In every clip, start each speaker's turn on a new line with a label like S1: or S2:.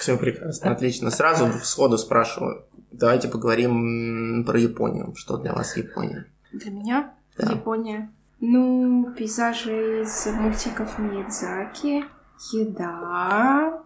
S1: Все прекрасно, отлично. Сразу сходу спрашиваю. Давайте поговорим м, про Японию. Что для вас Япония?
S2: Для меня
S1: Да.
S2: Япония. Ну, пейзажи из мультиков Миядзаки, еда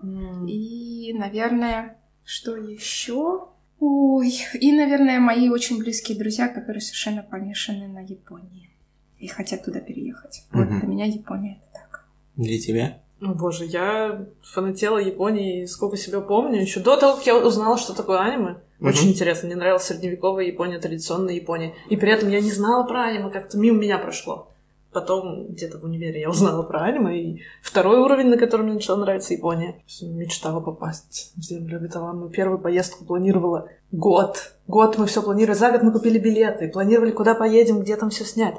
S2: и, наверное, что еще? Ой, и, наверное, мои очень близкие друзья, которые совершенно помешаны на Японии и хотят туда переехать. Вот
S1: Мгм.
S2: для меня Япония это так.
S1: Для тебя?
S3: Ну, боже, я фанатела Японии, сколько себя помню, еще до того, как я узнала, что такое аниме.
S1: Мгм.
S3: Очень интересно, мне нравилась средневековая Япония, традиционная Япония. И при этом я не знала про аниме, как-то мимо меня прошло. Потом где-то в универе я узнала про аниме, и второй уровень, на котором мне начала нравиться Япония. Всё, Мечтала попасть в землю обетованную. Первую поездку планировала год. Год мы все планировали, за год мы купили билеты, планировали, куда поедем, где там все снять.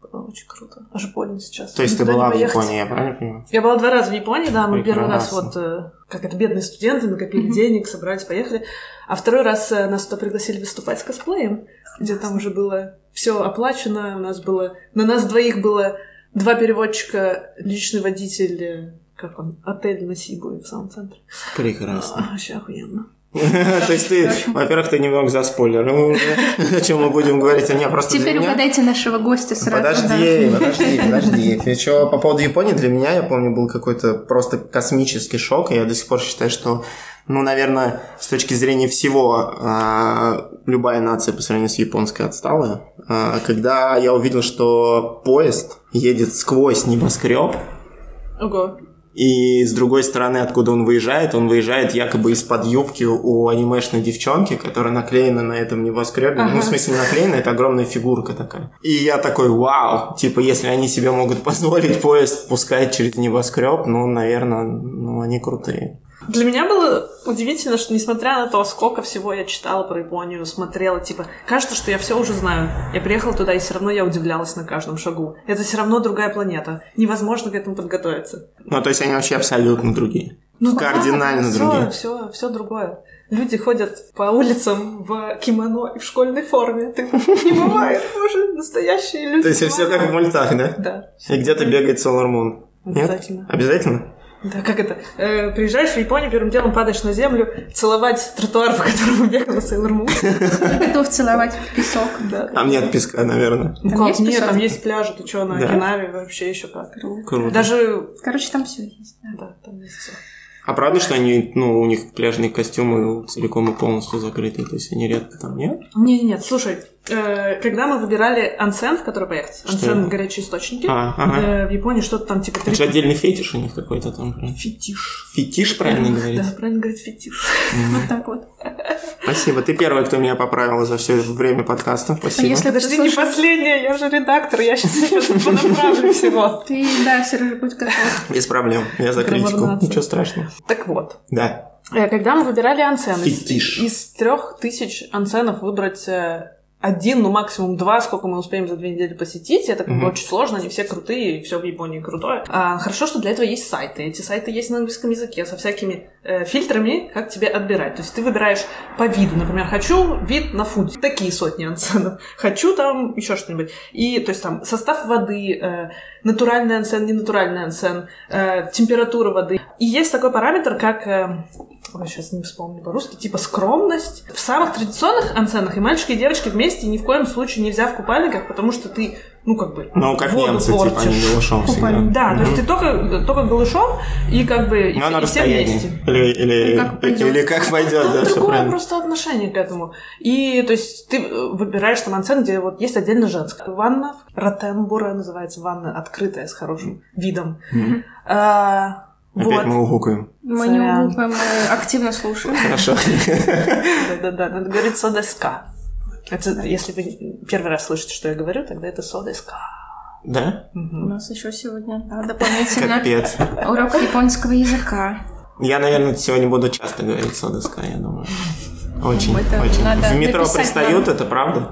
S3: Было очень круто. Аж больно сейчас.
S1: То есть ты
S3: Никуда не
S1: была в
S3: Ну, поехать.
S1: Японии, я правильно понимаю?
S3: Я была два раза в Японии, да, мы первый раз вот,
S1: Прекрасно.
S3: э, как это, бедные студенты, накопили
S2: Мгм.
S3: денег, собрались, поехали. А второй раз э, нас туда пригласили выступать с косплеем, где там уже было все оплачено, у нас было... На нас двоих было два переводчика, личный водитель, э, как он, отель на Сибуе в самом центре.
S1: Прекрасно.
S3: А, Вообще охуенно.
S1: То есть ты, во-первых, ты немного заспойлерил уже, о чем мы будем говорить, а не просто для
S2: Теперь
S1: меня.
S2: угадайте нашего гостя сразу.
S1: Подожди, подожди, подожди. Причем по поводу Японии для меня, я помню, был какой-то просто космический шок, и я до сих пор считаю, что, ну, наверное, с точки зрения всего, а, любая нация по сравнению с японской отстала. А, Когда я увидел, что поезд едет сквозь небоскреб,
S3: Ого.
S1: и с другой стороны, откуда он выезжает, он выезжает якобы из-под юбки у анимешной девчонки, которая наклеена на этом небоскребе. Ну,
S3: Ага.
S1: в смысле, не наклеена, это огромная фигурка такая. И я такой, вау! Типа, если они себе могут позволить поезд пускать через небоскреб, ну, наверное, ну, они крутые.
S3: Для меня было удивительно, что несмотря на то, сколько всего я читала про Японию, смотрела, типа, кажется, что я все уже знаю. Я приехала туда, и все равно я удивлялась на каждом шагу. Это все равно другая планета. Невозможно к этому подготовиться.
S1: Ну, то есть они вообще абсолютно другие.
S3: Ну,
S1: Кардинально другие.
S3: все, все, все другое. Люди ходят по улицам в кимоно и в школьной форме. Ты не бывает, боже, настоящие люди.
S1: То есть все как в мультах, да?
S3: Да.
S1: И где-то бегает Солар Мун. Нет?
S3: Обязательно.
S1: Обязательно?
S3: Да, как это? Э, приезжаешь в Японию, первым делом падаешь на землю, целовать тротуар, по которому бегала Сейлор Мун.
S2: Готов целовать в песок.
S3: Да.
S1: А мне от песка, наверное.
S3: Ну
S2: Там
S3: как,
S2: есть
S3: нет,
S2: песок?
S3: там есть пляжи, ты чё, на
S1: Да. Ну,
S3: Окинаве вообще еще как.
S1: Круто.
S3: Ну, Даже,
S2: Короче, там все есть. да.
S3: да, там есть всё.
S1: А правда, что они, ну, у них пляжные костюмы целиком и полностью закрыты, то есть они редко там, нет?
S3: Не, не, нет, слушай, э, когда мы выбирали ансен, в который поехать, ансен
S1: это?
S3: горячие источники,
S1: А, ага.
S3: э, в Японии что-то там типа
S1: Это же
S3: 30...
S1: отдельный фетиш у них какой-то там. прям.
S3: Фетиш.
S1: Фетиш, правильно говорить?
S3: Да, правильно говорить фетиш.
S1: Мгм.
S2: Вот так вот.
S1: Спасибо, ты первая, кто меня поправила за все время
S3: А
S1: подкаста, спасибо.
S2: если-
S3: Подожди,
S2: Слушай.
S3: не последняя, я же редактор, я сейчас понаправлю всего.
S2: Ты, да, Сережа, будь готов.
S1: Без проблем, я за критику,
S3: Граммарнация.
S1: ничего страшного.
S3: Так вот,
S1: Да,
S3: Э, Когда мы выбирали ансены,
S1: Фетиш.
S3: из трех тысяч ансенов выбрать э, один, ну максимум два, сколько мы успеем за две недели посетить, это как бы
S1: Мгм.
S3: очень сложно, они все крутые, и все в Японии крутое. А, хорошо, что для этого есть сайты. Эти сайты есть на английском языке со всякими э, фильтрами, как тебе отбирать. То есть ты выбираешь по виду, например, хочу вид на фуд, такие сотни ансенов, хочу там еще что-нибудь. И то есть там состав воды, э, натуральный ансен, ненатуральный ансен, э, температура воды. И есть такой параметр, как э, Ой, сейчас не вспомню по-русски, типа скромность. В самых традиционных ансенах и мальчики, и девочки вместе ни в коем случае нельзя в купальниках, потому что ты, ну, как бы,
S1: ну как
S3: воду
S1: немцы, типа,
S3: портишь.
S1: они голышом всегда.
S2: Купальник.
S3: Да, то
S1: Мгм.
S3: есть ты только, только голышом и как бы
S1: Ну,
S3: и, все-
S1: на
S3: и все вместе.
S1: расстоянии. Или, или,
S2: Или как пойдет.
S1: или как пойдет,
S3: Там
S1: да, все
S3: другое
S1: правильно.
S3: просто отношение к этому. И, то есть, ты э, выбираешь там ансен, где вот есть отдельно женская. Ванна, ротембура называется, ванна открытая с хорошим видом.
S1: Мгм.
S3: А,
S1: Опять
S3: вот.
S1: мы угукаем.
S2: Мы
S3: Сорян.
S2: не глупые, мы активно слушаем.
S1: Хорошо.
S3: Да-да-да, надо говорить содеска. Это, если вы первый раз слышите, что я говорю, тогда это содеска.
S1: Да?
S2: У
S3: Мгм.
S2: нас еще сегодня да, дополнительно
S1: Капец.
S2: урок японского языка.
S1: Я, наверное, сегодня буду часто говорить содаска, я думаю. Очень,
S2: Это
S1: очень.
S2: надо
S1: В метро
S2: написать
S1: пристают, это правда?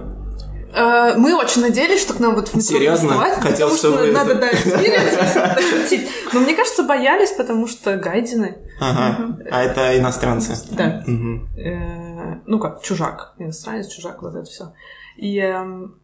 S3: Э, Мы очень надеялись, что к нам вот в метро
S1: Серьезно?
S3: доставать,
S1: Хотел,
S3: потому что
S1: чтобы
S3: надо
S1: это-
S3: да, experience пошутить. Но мне кажется, боялись, потому что гайдины,
S1: Ага. А это иностранцы.
S3: да,
S1: Мгм.
S3: э, ну как, чужак, иностранец, чужак, вот это все. И эм,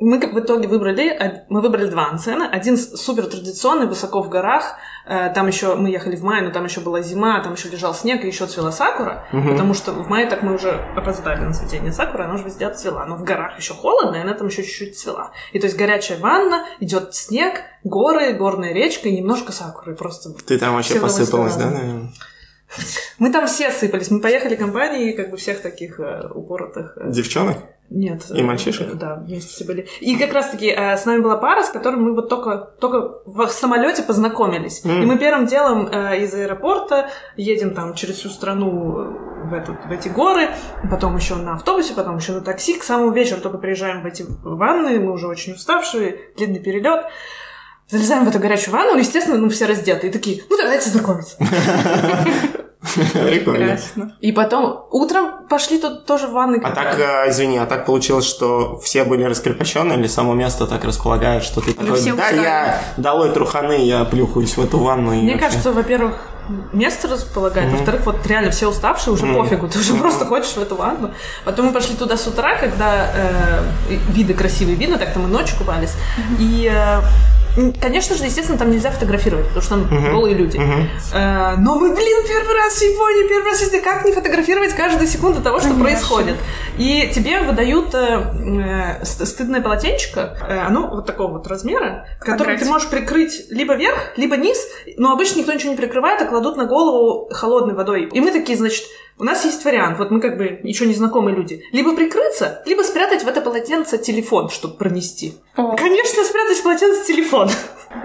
S3: Мы как в итоге выбрали, од- мы выбрали два ансена. Один супер традиционный, высоко в горах. Э, Там еще мы ехали в мае, но там еще была зима, там еще лежал снег и еще цвела сакура.
S1: Мгм.
S3: Потому что в мае так мы уже опоздали на цветение сакуры, она уже везде отцвела. Но в горах еще холодно, и она там еще чуть-чуть цвела. И то есть горячая ванна, идет снег, горы, горная речка и немножко сакуры. Просто
S1: Ты там вообще
S3: Все дома
S1: посыпалась, да,
S3: сгорала.
S1: наверное?
S3: мы там все сыпались. Мы поехали компанией, как бы всех таких э, упоротых. э,
S1: Девчонок?
S3: Нет.
S1: И
S3: э,
S1: мальчишек?
S3: э, Да, вместе все были. И как раз-таки э, с нами была пара, с которой мы вот только, только в самолете познакомились.
S1: М.
S3: И мы первым делом э, из аэропорта едем там через всю страну э, в, этот, в эти горы, потом еще на автобусе, потом еще на такси. К самому вечеру только приезжаем в эти ванны, мы уже очень уставшие, длинный перелет. Залезаем в эту горячую ванну, и, естественно, ну, все раздеты. И такие, ну, давайте знакомиться.
S1: Прикольно.
S2: Прекрасно.
S3: И потом утром пошли тут тоже в ванны.
S1: А так, э, извини, а так получилось, что все были раскрепощены или само место так располагает, что ты такой,
S2: все
S1: да,
S2: устали».
S1: я долой труханы, я плюхаюсь в эту ванну. и
S3: Мне
S1: вообще».
S3: кажется, во-первых, место располагает,
S1: Мгм.
S3: во-вторых, вот реально все уставшие, уже
S1: Мгм.
S3: пофигу, ты уже
S1: Мгм.
S3: просто хочешь в эту ванну. Потом мы пошли туда с утра, когда э, и- виды красивые видно, так-то мы ночью купались. И, э, м, конечно же, естественно, там нельзя фотографировать, потому что там
S1: Мгм.
S3: голые люди.
S1: Мгм.
S3: Э, но мы, блин, первый раз в Японии, первый раз в жизни, как не фотографировать каждую секунду того, что
S2: Конечно.
S3: происходит? И тебе выдают э, э, ст- стыдное полотенчико, э, оно вот такого вот размера, которым
S2: Квадратик.
S3: ты можешь прикрыть либо верх, либо низ, но обычно никто ничего не прикрывает, а кладут на голову холодной водой. И мы такие, значит, у нас есть вариант, вот мы как бы еще не знакомые люди, либо прикрыться, либо спрятать в это полотенце телефон, чтобы пронести.
S2: О,
S3: Конечно, спрятать в полотенце телефон.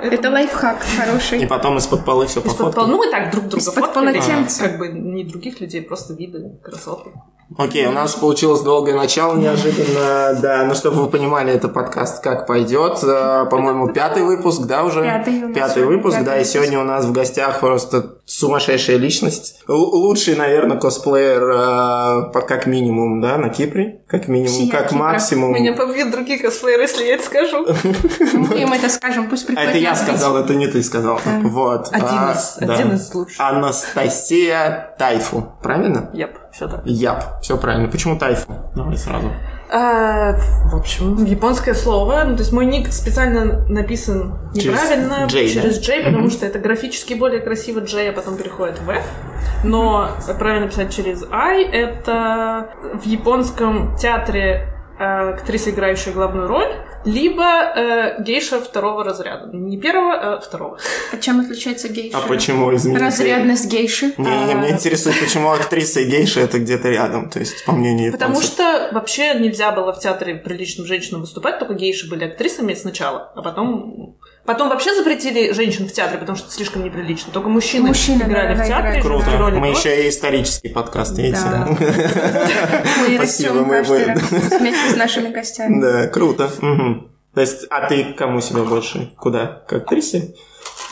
S2: это лайфхак
S1: И
S2: хороший.
S1: потом из-под полы все
S3: Из-под пол-
S1: пофоткал.
S3: Ну, мы так друг друга
S2: Из-под
S3: фоткали. А,
S2: полотенца.
S3: Как бы не других людей, просто виды, красоты.
S1: Окей, у нас получилось долгое начало неожиданно. Да, но чтобы вы понимали, это подкаст «Как пойдет». Э, По-моему, пятый выпуск, да, уже?
S2: Пятый у нас
S1: Пятый
S2: сегодня,
S1: выпуск,
S2: пятый
S1: да, и
S2: выпуск.
S1: сегодня у нас в гостях просто сумасшедшая личность. Л- лучший, наверное, косплеер, э, по- как минимум, да, на Кипре, как минимум,
S2: Всея
S1: как
S2: Кипра.
S1: максимум.
S3: Меня побьют другие косплееры, если я это скажу.
S2: Мы им это скажем, пусть
S1: А ну
S2: приходят.
S1: это я
S2: на встречу.
S1: сказал, это не ты сказал.
S2: Да.
S1: Вот.
S3: Один
S1: а,
S3: из,
S1: да.
S3: один из лучших.
S1: Анастасия Тайфу, правильно?
S3: Яп, все так.
S1: Яп, все правильно. Почему Тайфу? Давай сразу.
S3: А, в общем, японское слово. Ну, то есть мой ник специально написан
S1: Через
S3: неправильно,
S1: J, да?
S3: через J, потому
S1: Мгм.
S3: что это графически более красиво J, а потом переходит в F. Но правильно писать через I. Это в японском театре э, актриса, играющая главную роль, либо э, гейша второго разряда. Не первого, а второго.
S2: А чем отличается гейша?
S1: А почему, извините?
S2: Разрядность гейши.
S1: Не, не, меня интересует, почему актриса и гейша это где-то рядом, то есть, по мнению
S3: Потому
S1: японцев.
S3: что вообще нельзя было в театре приличным женщинам выступать, только гейши были актрисами сначала, а потом... Потом вообще запретили женщин в театре, потому что слишком неприлично. Только мужчины,
S2: Мужчины,
S3: играли
S2: да, да,
S3: в театре.
S2: играли.
S3: женские
S1: Круто.
S3: роли.
S1: Мы
S3: Вот.
S1: еще и исторический подкаст, видите?
S2: Да. Мы
S1: Спасибо,
S2: растем
S1: мы
S2: каждый
S1: вы-
S2: раз вместе с нашими гостями.
S1: Да, круто. Мгм. То есть, а ты к кому себя больше? Куда? К актрисе?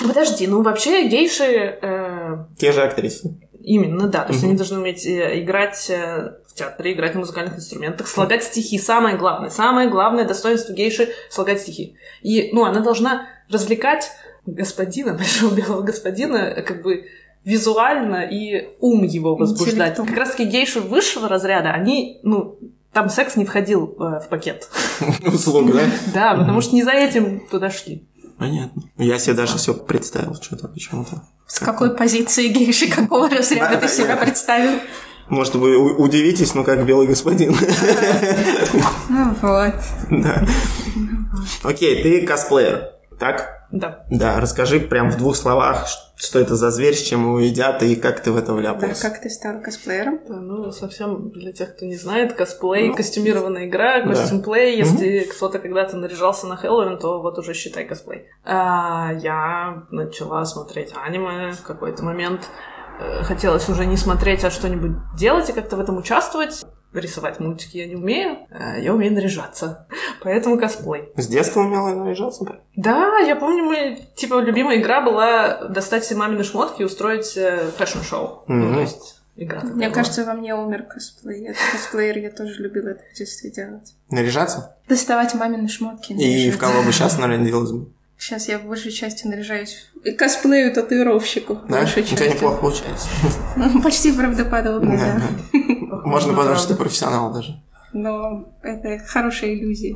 S3: Ну, Подожди, ну вообще гейши... э,
S1: Те же актрисы.
S3: именно, да. То есть
S1: Мгм.
S3: они должны уметь э, играть э, в театре, играть на музыкальных инструментах, слагать стихи. Самое главное. Самое главное достоинство гейши — слагать стихи. И, ну, она должна развлекать господина, большого белого господина, э, как бы визуально и ум его возбуждать.
S2: Интеллектом.
S3: Как раз-таки гейши высшего разряда, они, ну, там секс не входил э, в пакет.
S1: Услуга, да?
S3: Да, потому что не за этим туда шли.
S1: Понятно. Я себе даже все представил, что-то почему-то.
S2: С какой позиции гейши, какого разряда
S1: Да,
S2: ты себя
S1: да.
S2: представил?
S1: Может, вы у- удивитесь, но как белый господин.
S2: Ну вот.
S1: Да. Окей, ты косплеер, так?
S3: Да.
S1: Да, расскажи прям в двух словах, ш- что это за зверь, с чем его едят и как ты в это
S2: Да,
S1: вляпался.
S2: как ты стал косплеером?
S3: Да, ну, совсем для тех, кто не знает, косплей, костюмированная игра, костюмплей.
S1: Ну, Да.
S3: Если кто-то когда-то наряжался на Хэллоуин, то вот уже считай косплей. А, я начала смотреть аниме в какой-то момент. Э, Хотелось уже не смотреть, а что-нибудь делать и как-то в этом участвовать. Рисовать мультики я не умею, э, я умею наряжаться. Поэтому косплей.
S1: С детства умела наряжаться? да?
S3: Да, я помню, мы, типа, любимая игра была достать все мамины шмотки и устроить э, фэшн-шоу. Ну,
S1: Мгм.
S3: то есть игра такая
S2: Мне
S3: была.
S2: кажется, во мне умер косплей. Я косплеер, я тоже любила это в детстве делать.
S1: Наряжаться?
S2: Доставать мамины шмотки.
S1: И в кого бы сейчас нарядилась бы?
S2: Сейчас я большей частью наряжаюсь в- и косплею татуировщику.
S1: Да? У
S2: большей
S1: тебя
S2: частью.
S1: неплохо получается.
S2: Ну, Почти правдоподобно,
S1: Да,
S2: Ну да.
S1: да. Можно
S3: Ну,
S1: подумать, что ты
S3: правда.
S1: профессионал даже.
S2: Но это хорошая иллюзия.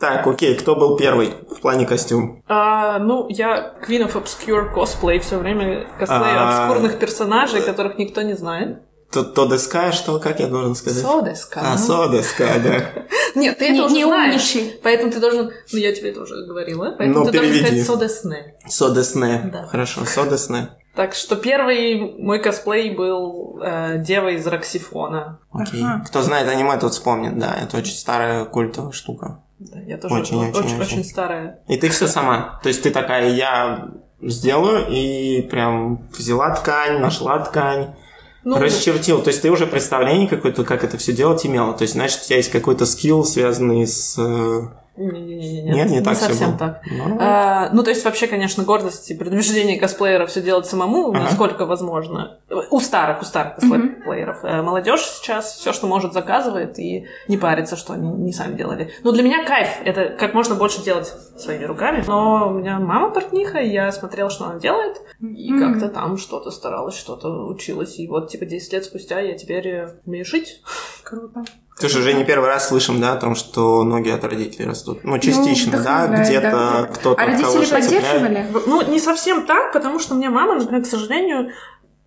S1: Так, окей, кто был первый в плане костюм?
S3: А, ну, я Queen of Obscure Cosplay все время косплею
S1: А.
S3: обскурных персонажей, которых никто не знает.
S1: То, то доска, что, как я должен сказать?
S3: Содеска.
S1: А, содоска, да.
S3: Нет, ты
S2: Не-
S3: это уже
S2: не
S3: знаешь.
S2: умничай.
S3: Поэтому ты должен... Ну, я тебе это уже говорила. Поэтому
S1: Ну,
S3: ты должен
S1: переведи.
S3: сказать содесне.
S1: Содесне.
S3: Да.
S1: Хорошо, содесне.
S3: Так что первый мой косплей был э, дева из Роксифона.
S1: Окей.
S2: Ага.
S1: Кто знает аниме, тот вспомнит, да. Это очень старая культовая штука.
S3: Да, я тоже
S1: Очень,
S3: о-
S1: очень, очень.
S3: очень старая
S1: И ты все сама. То есть ты такая, я сделаю и прям взяла ткань, нашла ткань,
S3: Ну,
S1: расчертила. То есть ты уже представление какое-то, как это все делать имела. То есть, значит, у тебя есть какой-то скилл, связанный с... э,
S3: не-не-не-не.
S1: Нет, не так всё
S3: совсем
S1: было.
S3: так.
S1: ну,
S3: А, ну, то есть, вообще, конечно, гордость и предубеждение косплеера все делать самому,
S1: Ага.
S3: насколько возможно. У старых, у старых
S2: Мгм.
S3: косплееров. Э, Молодежь сейчас все, что может, заказывает и не парится, что они не сами делали. Но для меня кайф это как можно больше делать своими руками. Но у меня мама портниха, и я смотрела, что она делает. И
S2: Мгм.
S3: как-то там что-то старалась, что-то училась. И вот, типа, 10 лет спустя я теперь э, умею шить.
S2: Круто.
S1: Слушай, уже не первый раз слышим, да, о том, что ноги от родителей растут. Ну, частично, да,
S2: вдохновляет,
S1: где-то
S2: да.
S1: кто-то
S2: А
S1: от
S2: родители
S1: кого-то цепляет.
S2: поддерживали?
S3: Ну, не совсем так, потому что у меня мама, например, к сожалению,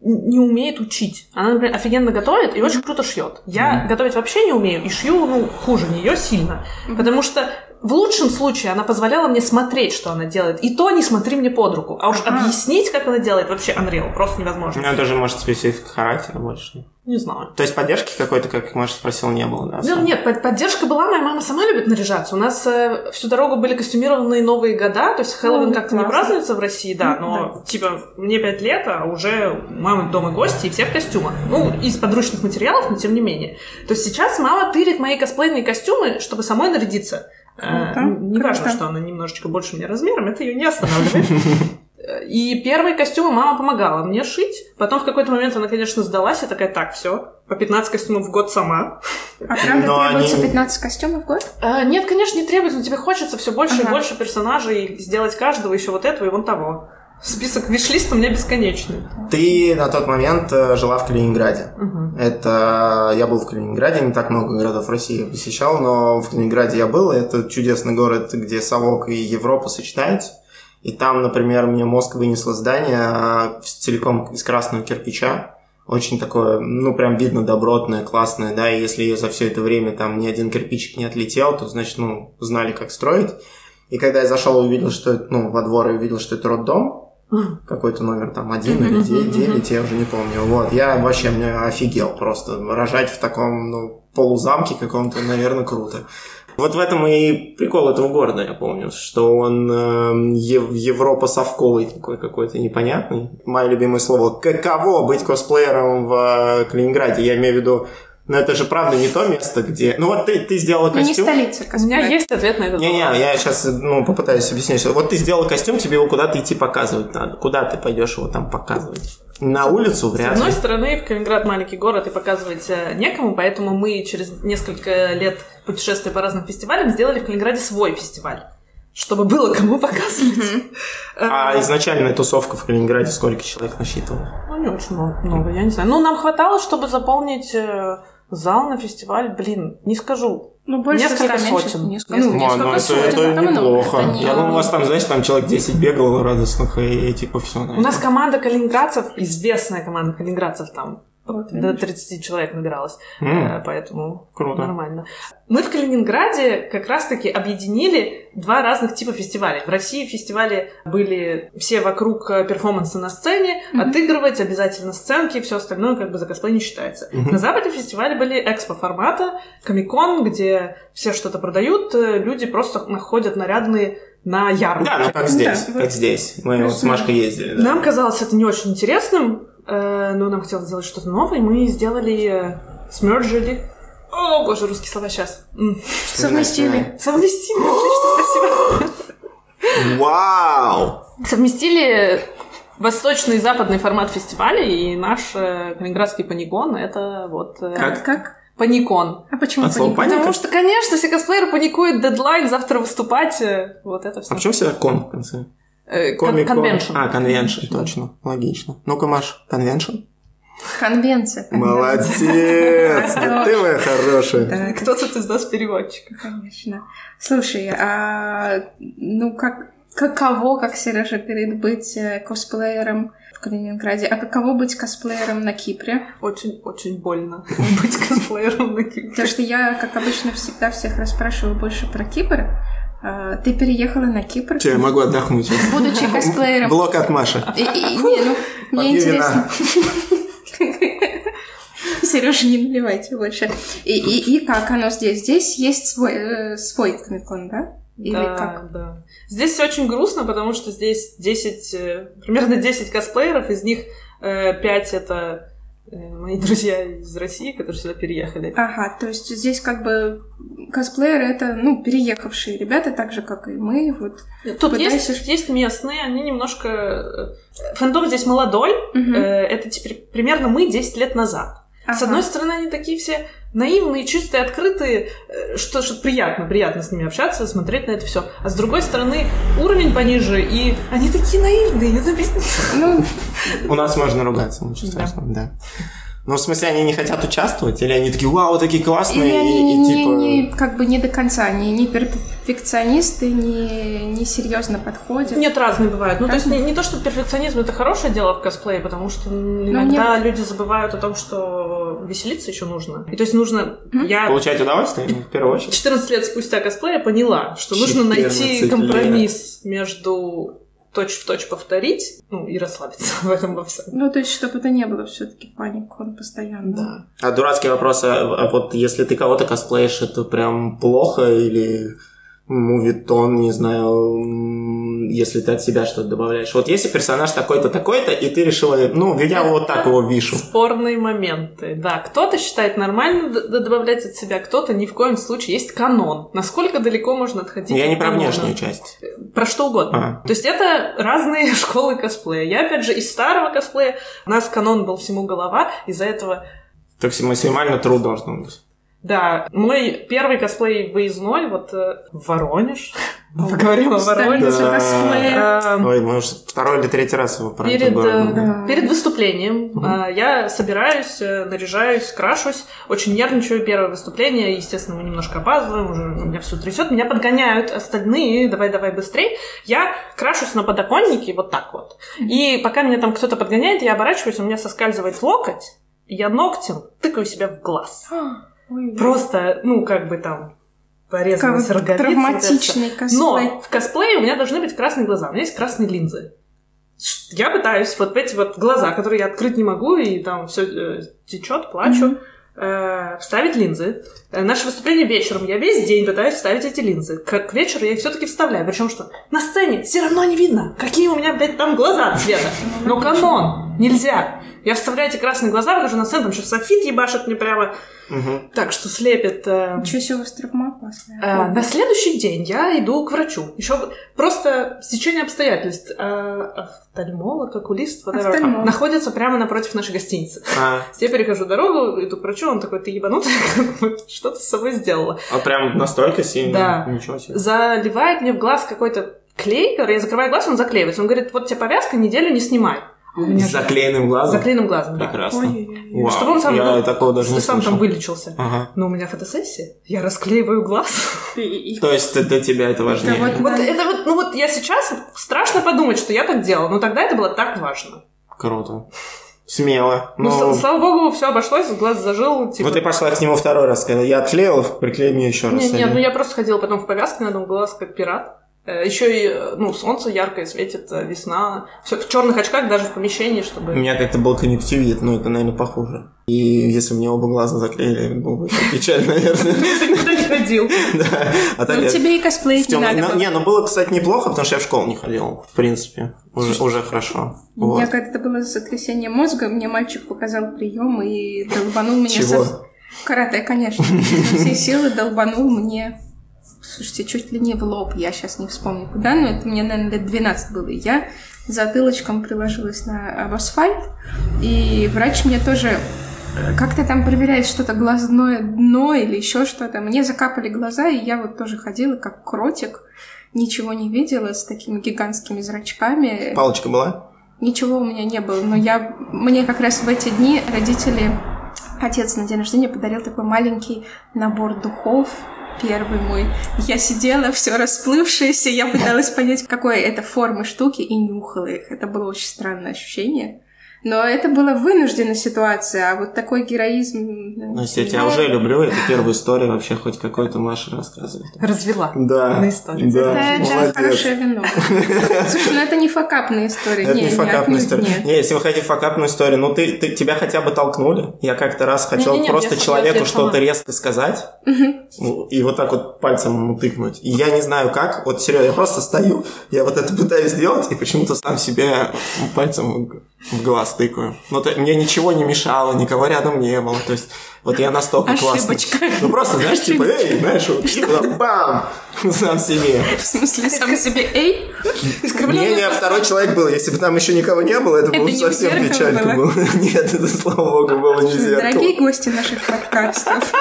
S3: н- не умеет учить. Она, например, офигенно готовит и очень круто шьет. Я
S1: Мгм.
S3: готовить вообще не умею и шью, ну, хуже нее сильно.
S2: Мгм.
S3: Потому что в лучшем случае она позволяла мне смотреть, что она делает. И то не смотри мне под руку. А уж
S2: Ага.
S3: объяснить, как она делает, вообще Unreal, просто
S1: У
S3: невозможно.
S1: меня тоже, может, специфика характера больше.
S3: Не знаю.
S1: То есть поддержки какой-то, как Маша спросил, не было, да?
S3: Ну,
S1: особо?
S3: нет, под- поддержка была, моя мама сама любит наряжаться. У нас э, всю дорогу были костюмированные новые года, то есть Хэллоуин
S2: Ну,
S3: как-то не
S2: классно.
S3: празднуется в России, да,
S2: Ну,
S3: но типа мне пять лет, а уже мама дома гости и все в костюмах. Ну, из подручных материалов, но тем не менее. То есть сейчас мама тырит мои косплейные костюмы, чтобы самой нарядиться. Э, ну,
S2: Круто,
S3: не важно,
S2: круто.
S3: что она немножечко больше меня размером, это ее не останавливает. Э, И первые костюмы мама помогала мне шить. Потом в какой-то момент она, конечно, сдалась и такая, так, все, по 15 костюмов в год сама.
S2: А правда
S1: Но
S2: требуется
S1: они-
S2: 15 костюмов в год?
S3: А, Нет, конечно, не требуется, но тебе хочется все больше и
S2: Ага.
S3: больше персонажей сделать каждого, еще вот этого и вон того. Список виш у меня бесконечный.
S1: Ты на тот момент э, жила в Калининграде. Это я был в Калининграде, не так много городов России я посещал, но в Калининграде я был. и Это чудесный город, где совок и Европа сочетаются. И там, например, мне мозг вынесло здание а, с- целиком из красного кирпича. Очень такое, ну, прям видно, добротное, классное, да, и если ее за все это время там ни один кирпичик не отлетел, то, значит, ну, знали, как строить. И когда я зашел и увидел, что это, ну, во двор и увидел, что это роддом, какой-то номер там один или
S3: Мгм,
S1: де-
S3: мгм,
S1: девять, я уже не помню. Вот, я вообще мне офигел просто. Рожать в таком, ну, полузамке каком-то, наверное, круто. Вот в этом и прикол этого города, я помню, что он эм, Ев- Европа совковый такой какой-то непонятный. Мое любимое слово. Каково быть косплеером в э, Калининграде? Я имею в виду, ну это же правда не то место, где... Ну вот ты, ты сделала
S2: Ну, не
S1: костюм.
S2: столица
S3: У меня
S2: косплея.
S3: есть ответ на этот
S1: Не-не,
S3: вопрос.
S1: я сейчас ну, попытаюсь объяснить. что Вот ты сделал костюм, тебе его куда-то идти показывать надо. Куда ты пойдешь его там показывать? На улицу
S3: С
S1: вряд ли.
S2: Ну,
S3: одной стороны, в Калининград маленький город и показывать э, некому, поэтому мы через несколько лет путешествия по разным фестивалям сделали в Калининграде свой фестиваль, чтобы было кому показывать.
S1: А
S3: Э,
S1: изначальная тусовка в Калининграде сколько человек насчитывала?
S3: Ну, не очень мно- много, я не знаю. Ну, нам хватало, чтобы заполнить э, зал на фестиваль. Блин, не скажу.
S2: Ну, больше
S3: Несколько
S2: ста, меньше-
S3: сотен.
S2: Несколько
S3: Ну,
S2: сотен. Несколько сотен. Ну, Это много. Это не-
S1: Я думаю, у вас там, знаешь, там человек 10 бегало радостных и, и типа все.
S3: У нас команда калининградцев, известная команда калининградцев там
S2: Вот,
S3: до 30 человек набиралась, э, поэтому
S1: круто.
S3: нормально. Мы в Калининграде как раз-таки объединили два разных типа фестивалей. В России фестивали были все вокруг э, перформанса на сцене,
S2: Мгм.
S3: отыгрывать обязательно сценки, все остальное как бы за косплей не считается.
S1: Мгм.
S3: На Западе фестивали были экспо-формата, комикон, где все что-то продают, э, люди просто находят нарядные на ярмарке.
S1: Да, ну как здесь,
S2: Да,
S1: как
S2: вот.
S1: здесь. Мы вот с
S2: Просто-
S1: Машкой ездили. да.
S3: Нам казалось это не очень интересным, э, но нам хотелось сделать что-то новое, и мы сделали, э, смерджили. О, боже, русские слова сейчас.
S2: Совместили.
S3: Совместили, отлично,
S1: э, Вау!
S3: спасибо. Совместили восточный и западный формат фестиваля, и наш э, калининградский паникон — это вот... э,
S1: Как?
S2: Как?
S3: Паникон.
S2: А почему
S1: От слова
S2: паника?
S1: Паника?
S3: Потому что, конечно, все косплееры паникуют, дедлайн, завтра выступать, э, вот это
S1: А
S3: Э, все.
S1: почему А. всегда кон в конце?
S3: Конвеншн.
S1: А, конвеншн, точно. Логично. Ну-ка, Маш, конвеншн?
S2: Ну, Конвенция.
S1: Молодец! Да Ты моя хорошая.
S2: Да,
S3: Кто тут из нас переводчик?
S2: конечно. Слушай, а ну как каково, как Сережа говорит, быть э, косплеером в Калининграде, а каково быть косплеером на Кипре?
S3: Очень-очень больно быть косплеером на Кипре.
S2: Потому что я, как обычно, всегда всех расспрашиваю больше про Кипр. А, Ты переехала на Кипр,
S1: Все, я могу отдохнуть.
S2: будучи косплеером.
S1: Блок от Маши.
S2: И- и- и- не, ну, мне
S1: Попью
S2: интересно. Сережа, не наливайте больше. И, и, и как оно здесь? Здесь есть свой, э, свой комикон, да? Или
S3: да,
S2: как?
S3: да. Здесь все очень грустно, потому что здесь 10, э, примерно 10 косплееров, из них 5 это э, мои друзья из России, которые сюда переехали.
S2: Ага, то есть здесь как бы косплееры это, ну, переехавшие ребята, так же, как и мы, вот.
S3: Тут
S2: Пытаюсь
S3: есть, есть местные, они немножко... э, Фэндом здесь молодой,
S2: Мгм.
S3: э, это теперь примерно мы 10 лет назад. С
S2: Ага.
S3: одной стороны, они такие все наивные, чистые, открытые, э, что, что приятно, приятно с ними общаться, смотреть на это все. А с другой стороны, уровень пониже, и они такие наивные, не знаю,
S2: Ну,
S1: У нас можно ругаться, ничего
S3: Да.
S1: страшного, да. Ну, в смысле, они не хотят участвовать? Или они такие, вау, такие
S2: или
S1: классные,
S2: они
S1: и, и
S2: не,
S1: типа...
S2: не- как бы не до конца, они не перфекционисты, не, не серьезно подходят.
S3: Нет, разные бывают. Ну, то есть не, не то, что перфекционизм это хорошее дело в косплее, потому что м,
S2: Но
S3: иногда люди забывают о том, что веселиться еще нужно. И то есть нужно...
S2: Мгм.
S3: Я
S1: Получать удовольствие, ну, в первую очередь.
S3: 14 лет спустя косплея поняла, что нужно
S1: 14
S3: найти
S1: лет.
S3: компромисс между точь-в-точь повторить, ну, и расслабиться в этом во всем.
S2: Ну, то есть, чтобы это не было все-таки паник, он постоянно.
S3: Да.
S1: А дурацкий вопрос, а, а вот если ты кого-то косплеишь, это прям плохо или мувитон, не знаю, м, если ты от себя что-то добавляешь. Вот если персонаж такой-то, такой-то, и ты решила, ну, я вот так его вишу.
S3: Спорные моменты. Да, кто-то считает нормально д- д- добавлять от себя, кто-то ни в коем случае. Есть канон. Насколько далеко можно отходить?
S1: Я
S3: от
S1: не про
S3: канона?
S1: внешнюю часть.
S3: Про что угодно.
S1: А.
S3: То есть это разные школы косплея. Я, опять же, из старого косплея. У нас канон был всему голова. Из-за этого,
S1: Так все максимально true должно быть.
S3: да, мой первый косплей выездной, вот э, в Воронеж. Мы поговорим о Воронеже.
S2: Столица
S1: Да.
S2: косплея.
S3: Эм,
S1: Ой, мы уже второй или третий раз его про
S3: Перед,
S1: это говорим.
S2: э, да.
S3: Перед выступлением
S1: Мгм.
S3: а, я собираюсь, э, наряжаюсь, крашусь, очень нервничаю. Первое выступление, естественно, мы немножко опаздываем, уже меня все трясет, меня подгоняют остальные, давай, давай быстрей. Я крашусь на подоконнике вот так вот. И пока меня там кто-то подгоняет, я оборачиваюсь, у меня соскальзывает локоть, и я ногтем тыкаю себя в глаз.
S2: А, ой,
S3: Просто, ну, как бы там
S2: какой
S3: порезалась роговица. вот это всё.
S2: травматичный косплей.
S3: Но в косплее у меня должны быть красные глаза. У меня есть красные линзы. Ш- Я пытаюсь вот в эти вот глаза, которые я открыть не могу, и там все течет, плачу, э, вставить линзы. Э, Наше выступление вечером. Я весь день пытаюсь вставить эти линзы. К, к вечеру я их все-таки вставляю. Причем что? На сцене все равно не видно, какие у меня, блядь, там глаза цвета. Но канон, нельзя. Я вставляю эти красные глаза, выхожу на сцену, там еще софит ебашит мне прямо
S1: Мгм.
S3: так, что слепит. э,
S2: Ничего себе, у вас травмоопасная.
S1: А,
S3: Э, На следующий день я иду к врачу. Еще просто стечение обстоятельств. Э, Офтальмолог, окулист, whatever, А,
S2: Офтальмолог.
S3: находится прямо напротив нашей гостиницы.
S1: А,
S3: Я перехожу дорогу, иду к врачу, он такой, ты ебанутая, как бы, что ты с собой сделала?
S1: а прям настолько сильно?
S3: Да.
S1: Ничего себе.
S3: Заливает мне в глаз какой-то клей, который я закрываю глаз, он заклеивается. Он говорит, вот тебе повязка, неделю не снимай. А у меня
S1: С заклеенным глазом?
S3: заклеенным глазом, да.
S1: Прекрасно.
S2: Ой-ой-ой.
S1: Вау,
S3: Чтобы он сам
S1: я
S3: был-
S1: такого даже
S3: Ты
S1: не
S3: сам
S1: слышал.
S3: там вылечился.
S1: Ага.
S3: Но у меня фотосессия, я расклеиваю глаз.
S2: И- и-
S1: То есть для тебя это важнее?
S2: вот
S3: Вот
S2: Да.
S3: это вот, ну вот я сейчас страшно подумать, что я так делала, но тогда это было так важно.
S1: Круто. Смело.
S3: Ну,
S1: Ну,
S3: с- слава богу, все обошлось, глаз зажил, типа.
S1: вот и пошла к нему второй раз, когда я отклеил, приклей мне еще раз.
S3: Не, нет,
S1: один.
S3: ну я просто ходила потом в повязке, на одном глаз как пират. Еще и, э, ну, солнце яркое светит, э, весна. Все в черных очках, даже в помещении,
S1: У
S3: чтобы.
S1: меня как-то был конъюнктивит, но это, наверное, похуже. И если бы мне оба глаза заклеили, было бы очень печально, наверное.
S3: Ты никогда не ходил.
S1: Да. А так
S2: Ну,
S1: я
S2: тебе и косплеить
S1: в
S2: не
S1: темном-
S2: надо
S1: Ну,
S2: было.
S1: Не, ну было, кстати, неплохо, потому что я в школу не ходил, в принципе. Уже уже хорошо.
S2: У меня
S1: Вот.
S2: когда-то было сотрясение мозга, мне мальчик показал прием и долбанул меня
S1: Чего?
S2: со- Карате, конечно. Со всей силы долбанул мне... Слушайте, чуть ли не в лоб, я сейчас не вспомню куда, но это мне, наверное, лет 12 было. И Я затылочком приложилась на об асфальт, и врач мне тоже э, как-то там проверяет что-то глазное дно или еще что-то. Мне закапали глаза, и я вот тоже ходила как кротик, ничего не видела, с такими гигантскими зрачками.
S1: Палочка была?
S2: Ничего у меня не было, но я... Мне как раз в эти дни родители... Отец на день рождения подарил такой маленький набор духов, первый мой. Я сидела, все расплывшееся, я пыталась понять, какой это формы штуки, и нюхала их. Это было очень странное ощущение. Но это была вынужденная ситуация, а вот такой героизм... ну, да,
S1: Настя, Ну, я тебя
S2: я-
S1: уже люблю, это первая история вообще хоть какой-то Маша рассказывает.
S3: Развела.
S1: Да.
S3: На истории.
S1: Да,
S2: Это, это
S1: молодец.
S2: хорошее вино. Слушай, ну это не факапная история.
S1: Это не факапная
S2: отнюдь
S1: история.
S2: нет.
S1: Не, если вы хотите факапную историю, ну ты, ты- тебя хотя бы толкнули. Я как-то раз хотел
S3: Не-не-не,
S1: просто
S3: я-
S1: человеку
S3: я- я
S1: что-то
S3: сама.
S1: резко сказать
S2: Мгм.
S1: ну, и вот так вот пальцем ему тыкнуть. И я не знаю как, вот серьезно, я просто стою, я вот это пытаюсь сделать и почему-то сам себе пальцем в г- в глаз тыкаю. Но то- мне ничего не мешало, никого рядом не было. То есть вот я настолько классный.
S2: Ошибочка.
S1: Ну просто, знаешь, типа, эй, знаешь, вот, и потом бам, сам себе.
S2: В смысле, сам себе, эй,
S1: Не, не, второй человек был. Если бы там еще никого не было, это,
S2: Это
S1: было
S2: не
S1: совсем
S2: зеркало
S1: печалька
S2: было?
S1: было. Нет, это, слава богу, было не зеркало.
S2: дорогие гости наших подкастов,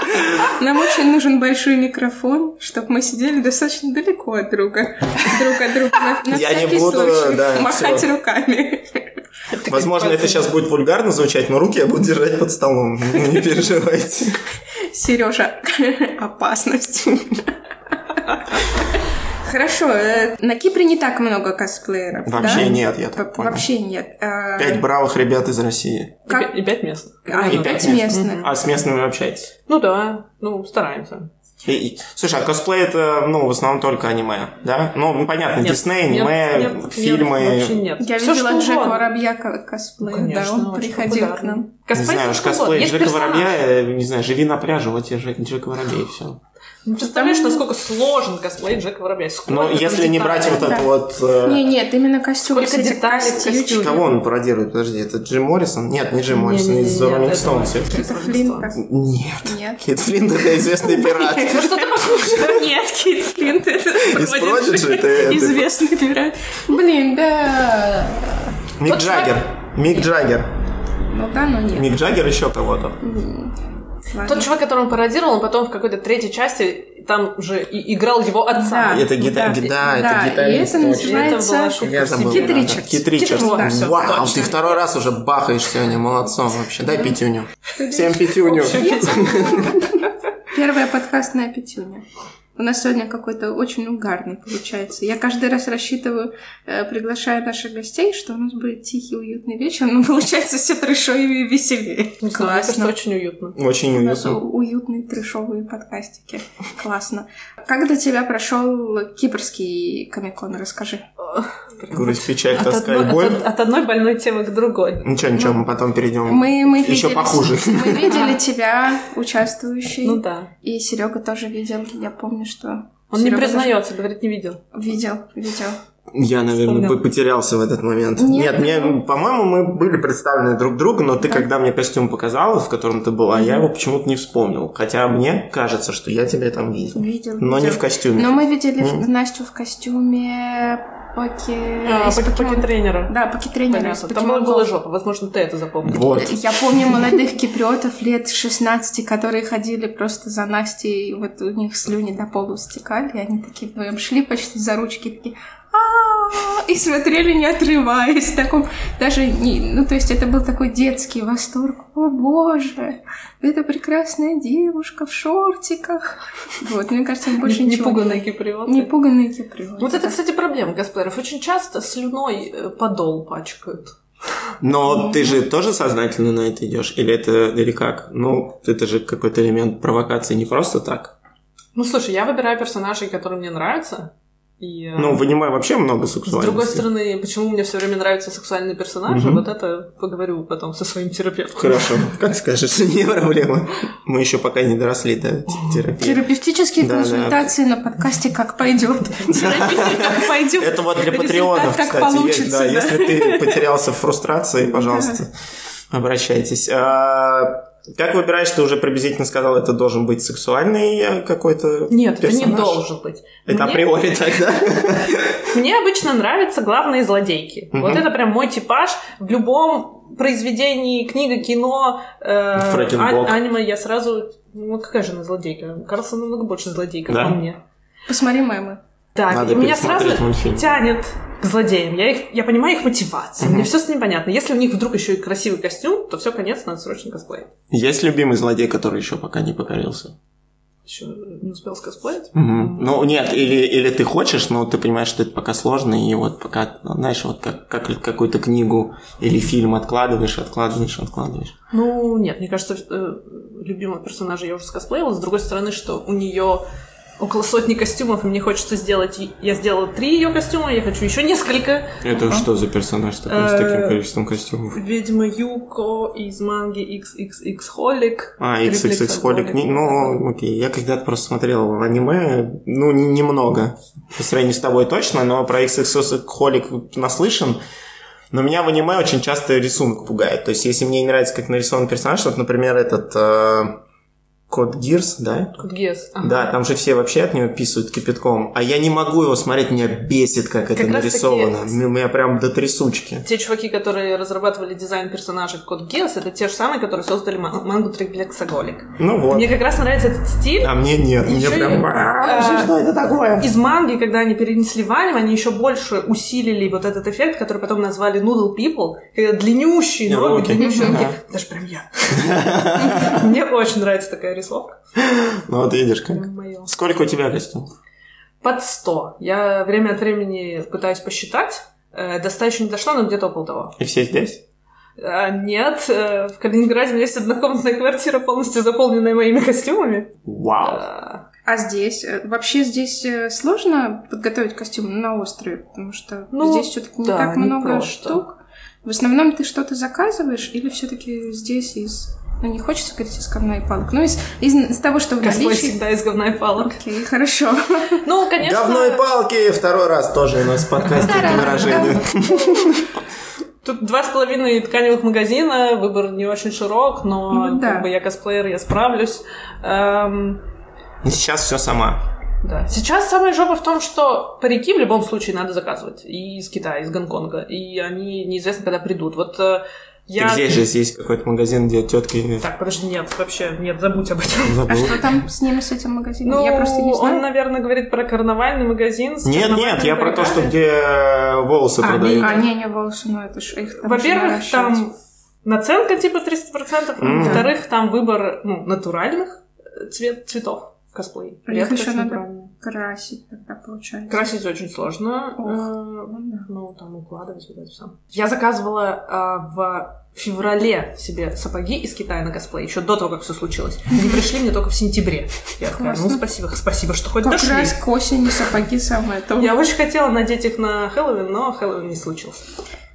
S2: нам очень нужен большой микрофон, чтобы мы сидели достаточно далеко от друга, друг от друга, на, на
S1: Я не
S2: всякий
S1: буду,
S2: случай,
S1: да,
S2: махать
S1: всё.
S2: руками.
S1: Возможно, это сейчас будет вульгарно звучать, но руки я буду держать под столом. Не переживайте.
S2: Сережа, опасность. Хорошо, э, на Кипре не так много косплееров, да?
S1: Вообще нет, я так
S2: Во-
S1: понял.
S2: Вообще нет. Э,
S1: Пять бравых ребят из России.
S3: И
S2: как-
S3: пя- И пять мест.
S2: А, и
S1: И
S2: пять
S1: пять
S2: местных.
S1: А с местными вы общаетесь?
S3: Ну да, ну стараемся.
S1: И- и- Слушай, а косплей это, ну, в основном только аниме, да? Ну, ну, понятно,
S3: Нет,
S1: Дисней,
S3: нет,
S1: аниме,
S3: нет, нет, вообще
S1: фильмы.
S3: нет.
S2: Я
S3: Всё,
S2: видела
S3: что
S2: Джека
S3: угодно.
S2: Воробья ко- косплеер, да,
S3: Конечно,
S2: он
S3: очень
S2: приходил к
S3: популярный.
S2: нам.
S1: Не
S3: Косплей
S1: знаю, уж
S3: всё, что угодно.
S1: косплей
S3: Есть
S1: Джека
S3: персонаж.
S1: Воробья, э, не знаю, живи на пляже, вот тебе Джек- Джек Воробей, и все.
S3: Ну, Представляешь, насколько сложен косплей Джека Воробья?
S1: Но
S3: Сколько
S1: Ну, если
S3: там
S1: не
S3: деталей.
S1: брать вот
S2: да.
S1: это вот... э,
S2: Не, нет, именно костюм.
S3: Сколько
S2: кстати,
S3: деталей в
S2: костюмчик.
S3: костюме.
S1: Кого он пародирует? Подожди, это Джим Моррисон? Нет, не Джим Моррисон,
S3: Не-не-не,
S1: из
S3: нет,
S1: Rolling
S3: этого
S1: Stones.
S3: нет.
S2: Это Типа Флинт.
S1: Нет.
S2: Нет.
S1: Кит Флинт это известный пират.
S3: Ну что ты послушаешь?
S2: Нет, Кейт Флинт, это
S1: Prodigy, ты- ты-
S2: известный пират. Блин, да.
S1: Мик Джаггер. Мик Джаггер.
S2: Ну да, но нет.
S1: Мик Джаггер еще кого-то.
S2: Ладно.
S3: Тот чувак, которого он пародировал, он потом в какой-то третьей части там же и играл его отца.
S2: Да.
S1: Это гита- да,
S2: Да.
S1: А, это
S2: Да, и
S1: гитарист,
S2: это
S1: точно.
S2: называется-
S3: Это была шутка.
S1: Я забыл.
S2: Кит
S1: да, да.
S2: Ричардс.
S1: Кит Ричардс.
S3: Кит Ричардс, да, всё,
S1: Вау, ты
S3: точно.
S1: второй раз уже бахаешь сегодня, молодцом вообще. Дай пятюню. Всем пятюню.
S2: Первая подкастная пятюня. У нас сегодня какой-то очень угарный получается. Я каждый раз рассчитываю, э, приглашая наших гостей, что у нас будет тихий, уютный вечер, но получается все трешовее и веселее.
S3: Не знаю, мне кажется, очень уютно.
S1: Очень
S2: У нас у-
S1: уютно.
S2: уютные трешовые подкастики. Классно. Как до тебя прошел кипрский комикон? Расскажи.
S1: Грусть, печаль,
S3: От
S1: тоска и
S3: одной-
S1: боль.
S3: от- от одной больной темы к другой.
S1: Ничего, ничего, мы потом перейдем.
S2: Ну, Мы, мы
S1: Еще
S2: видели-
S1: Ну, похуже.
S2: Мы видели тебя, участвующий.
S3: Ну да.
S2: И Серега тоже видел. Я помню, что
S3: Он не
S2: Серёга
S3: признается, говорит, не видел.
S2: даже- Видел, видел.
S1: Я, наверное,
S3: Вспомнил.
S1: по- потерялся в этот момент. Нет,
S2: Нет.
S1: мне, по-моему, мы были представлены друг другу, но ты, когда мне костюм показала, в котором ты была, я его почему-то не вспомнил. Хотя мне кажется, что я тебя там видел.
S2: Видел.
S1: Но не
S2: видел.
S1: в Ну. костюме.
S2: Но мы видели в-
S1: Мгм.
S2: Настю в костюме Поки... из
S3: Покин
S2: Покемон-
S3: А, тренера.
S2: Да, Поки тренера. из
S3: Понятно. Там было
S2: Покемон
S3: было
S2: Go.
S3: жопа. Возможно, ты это запомнил.
S1: Вот.
S2: Я помню молодых киприотов лет 16, которые ходили просто за Настей, и вот у них слюни до полу стекали, и они такие вдвоем шли почти за ручки, такие «А-а-а!» и смотрели, не отрываясь, в таком даже не... Ну, то есть это был такой детский восторг. О, боже! Это прекрасная девушка в шортиках. Вот, мне кажется, им больше
S3: Не-
S2: ничего.
S3: Непуганные
S2: Не
S3: киприоты.
S2: пуганные киприоты.
S3: Вот это, кстати, проблема косплееров. Очень часто слюной э, подол пачкают.
S1: Но ты же тоже сознательно на это идешь? Или это или как? Ну, это же какой-то элемент провокации не просто так.
S3: Ну, слушай, я выбираю персонажей, которые мне нравятся. И, э,
S1: Ну, в аниме вообще много
S3: с другой
S1: сексуальности.
S3: стороны, почему мне все время нравятся сексуальные персонажи,
S1: Мгм.
S3: вот это поговорю потом со своим терапевтом.
S1: Хорошо, как скажешь, не проблема. Мы еще пока не доросли до терапии.
S2: Терапевтические
S1: Да, да.
S2: консультации на подкасте «Как пойдет». Терапия «Как пойдет».
S1: Это вот для
S2: Результат
S1: патреонов,
S2: как
S1: кстати. есть,
S2: получится,
S1: да,
S2: да.
S1: если ты потерялся в фрустрации, пожалуйста, обращайтесь. А, Как выбираешь, ты уже приблизительно сказал, это должен быть сексуальный э, какой-то
S3: Нет, это не
S1: персонаж?
S3: должен быть.
S1: Это
S3: Мне-
S1: априори тогда.
S3: Мне обычно нравятся главные злодейки.
S1: Мгм.
S3: Вот это прям мой типаж в любом произведении, книга, кино, э,
S1: Фрекенбок.
S3: а- аниме я сразу... Ну, какая же она злодейка? Карлсон намного больше злодейка,
S1: Да?
S3: по мне.
S2: Посмотри мемы.
S3: Так,
S1: Надо
S3: и меня сразу
S1: пересмотреть мультфильм.
S3: тянет к злодеям. Я, их, я понимаю их мотивацию, мне все с ним понятно. Если у них вдруг еще и красивый костюм, то все, конец, надо срочно косплеить.
S1: Есть любимый злодей, который еще пока не покорился?
S3: Еще не успел скосплеить?
S1: Мгм. Ну, нет, или, или ты хочешь, но ты понимаешь, что это пока сложно, и вот пока, ну, знаешь, вот как, как какую-то книгу или фильм откладываешь, откладываешь, откладываешь.
S3: Ну, нет, мне кажется, э, любимого персонажа я уже скосплеила. С другой стороны, что у нее около сотни костюмов, и мне хочется сделать... Я сделала три ее костюма, я хочу еще несколько.
S1: Это
S3: Ага.
S1: что за персонаж
S3: такой, с таким А? Э,
S1: количеством костюмов?
S3: Ведьма Юко из манги XXX Холик.
S1: А, XXX Холик. Не- Ну, окей, я когда-то просто смотрел аниме, ну, не- немного, по сравнению с тобой точно, но про XXX Холик наслышан. Но меня в аниме очень часто рисунок пугает. То есть, если мне не нравится, как нарисован персонаж, вот, например, этот э, Код Гирс, да? Да, там же все вообще от него писают кипятком. А я не могу его смотреть, меня бесит, как, это
S3: раз таки-
S1: нарисовано. У меня прям до трясучки.
S3: Те чуваки, которые разрабатывали дизайн персонажей в Код Гиас, это те же самые, которые создали ман- мангу Триклекс-Аголик.
S1: Ну вот.
S3: Мне как раз нравится этот стиль.
S1: А мне нет. Мне
S3: Ещё
S1: прям...
S3: и-
S1: «А, Что это такое?
S3: Из манги, когда они перенесли в аниме, они еще больше усилили вот этот эффект, который потом назвали Noodle People, когда длиннющие ноги,
S1: Руки.
S3: длиннющие руки.
S1: Ага.
S3: Даже прям я. Мне очень нравится такая рисовка.
S1: Ну вот видишь как.
S3: Прям моё.
S1: Сколько у тебя костюмов?
S3: Под 100. Я время от времени пытаюсь посчитать. Э, До 100 еще не дошла, но где-то около того.
S1: И все здесь?
S3: А, нет, э, в Калининграде у меня есть однокомнатная квартира, полностью заполненная моими костюмами.
S1: Вау.
S3: А,
S2: А здесь? э, Вообще здесь э, сложно подготовить костюм на острове, потому что
S3: Ну,
S2: здесь все-таки не
S3: да,
S2: так
S3: не
S2: много
S3: просто.
S2: штук. В основном ты что-то заказываешь или все-таки здесь из... Ну, не хочется говорить из камня и палок, но из, из, из того, что в
S3: Косплей
S2: наличии.
S3: всегда из говна и палок.
S2: Окей, хорошо. А
S3: Ну, конечно...
S1: Говно и палки! Второй раз тоже у нас в подкасте это выражение.
S3: Тут два с половиной тканевых магазина, выбор не очень широк, но
S2: Ну, да.
S3: как бы я косплеер, я справлюсь. Эм,
S1: Сейчас все сама.
S3: да. Сейчас самая жопа в том, что парики в любом случае надо заказывать. И из Китая, из Гонконга. И они неизвестно, когда придут. Вот э, я...
S1: Так здесь же есть какой-то магазин, где тетки
S3: Так, подожди, нет, вообще, нет, забудь об этом.
S2: А
S1: забыл.
S2: что там с ними, с этим магазином?
S3: Ну,
S2: Я просто не
S3: он,
S2: знаю.
S3: наверное, говорит про карнавальный магазин. с
S1: Нет, нет,
S3: карнавальными
S1: я про то, что
S3: париками.
S1: где э, волосы
S3: А,
S1: продают.
S2: А, не, не, волосы, ну это ж их там
S3: Во-первых,
S2: же наращивать.
S3: там наценка типа 300%, а
S1: Мгм.
S3: во-вторых, там выбор ну, натуральных э, цвет, цветов косплей.
S2: А их
S3: Редкость
S2: еще надо
S3: натуральная.
S2: красить тогда получается.
S3: Красить очень сложно.
S2: Ох.
S3: э,
S2: Ну да.
S3: Ну, там укладывать вот это все. Я заказывала а, в феврале себе сапоги из Китая на косплей, еще до того, как все случилось. Они пришли мне только в сентябре. Я такая, ну
S2: Классно.
S3: спасибо, спасибо, что хоть
S2: Как
S3: дошли.
S2: раз к осени сапоги самое то.
S3: Я очень хотела надеть их на Хэллоуин, но Хэллоуин не случился.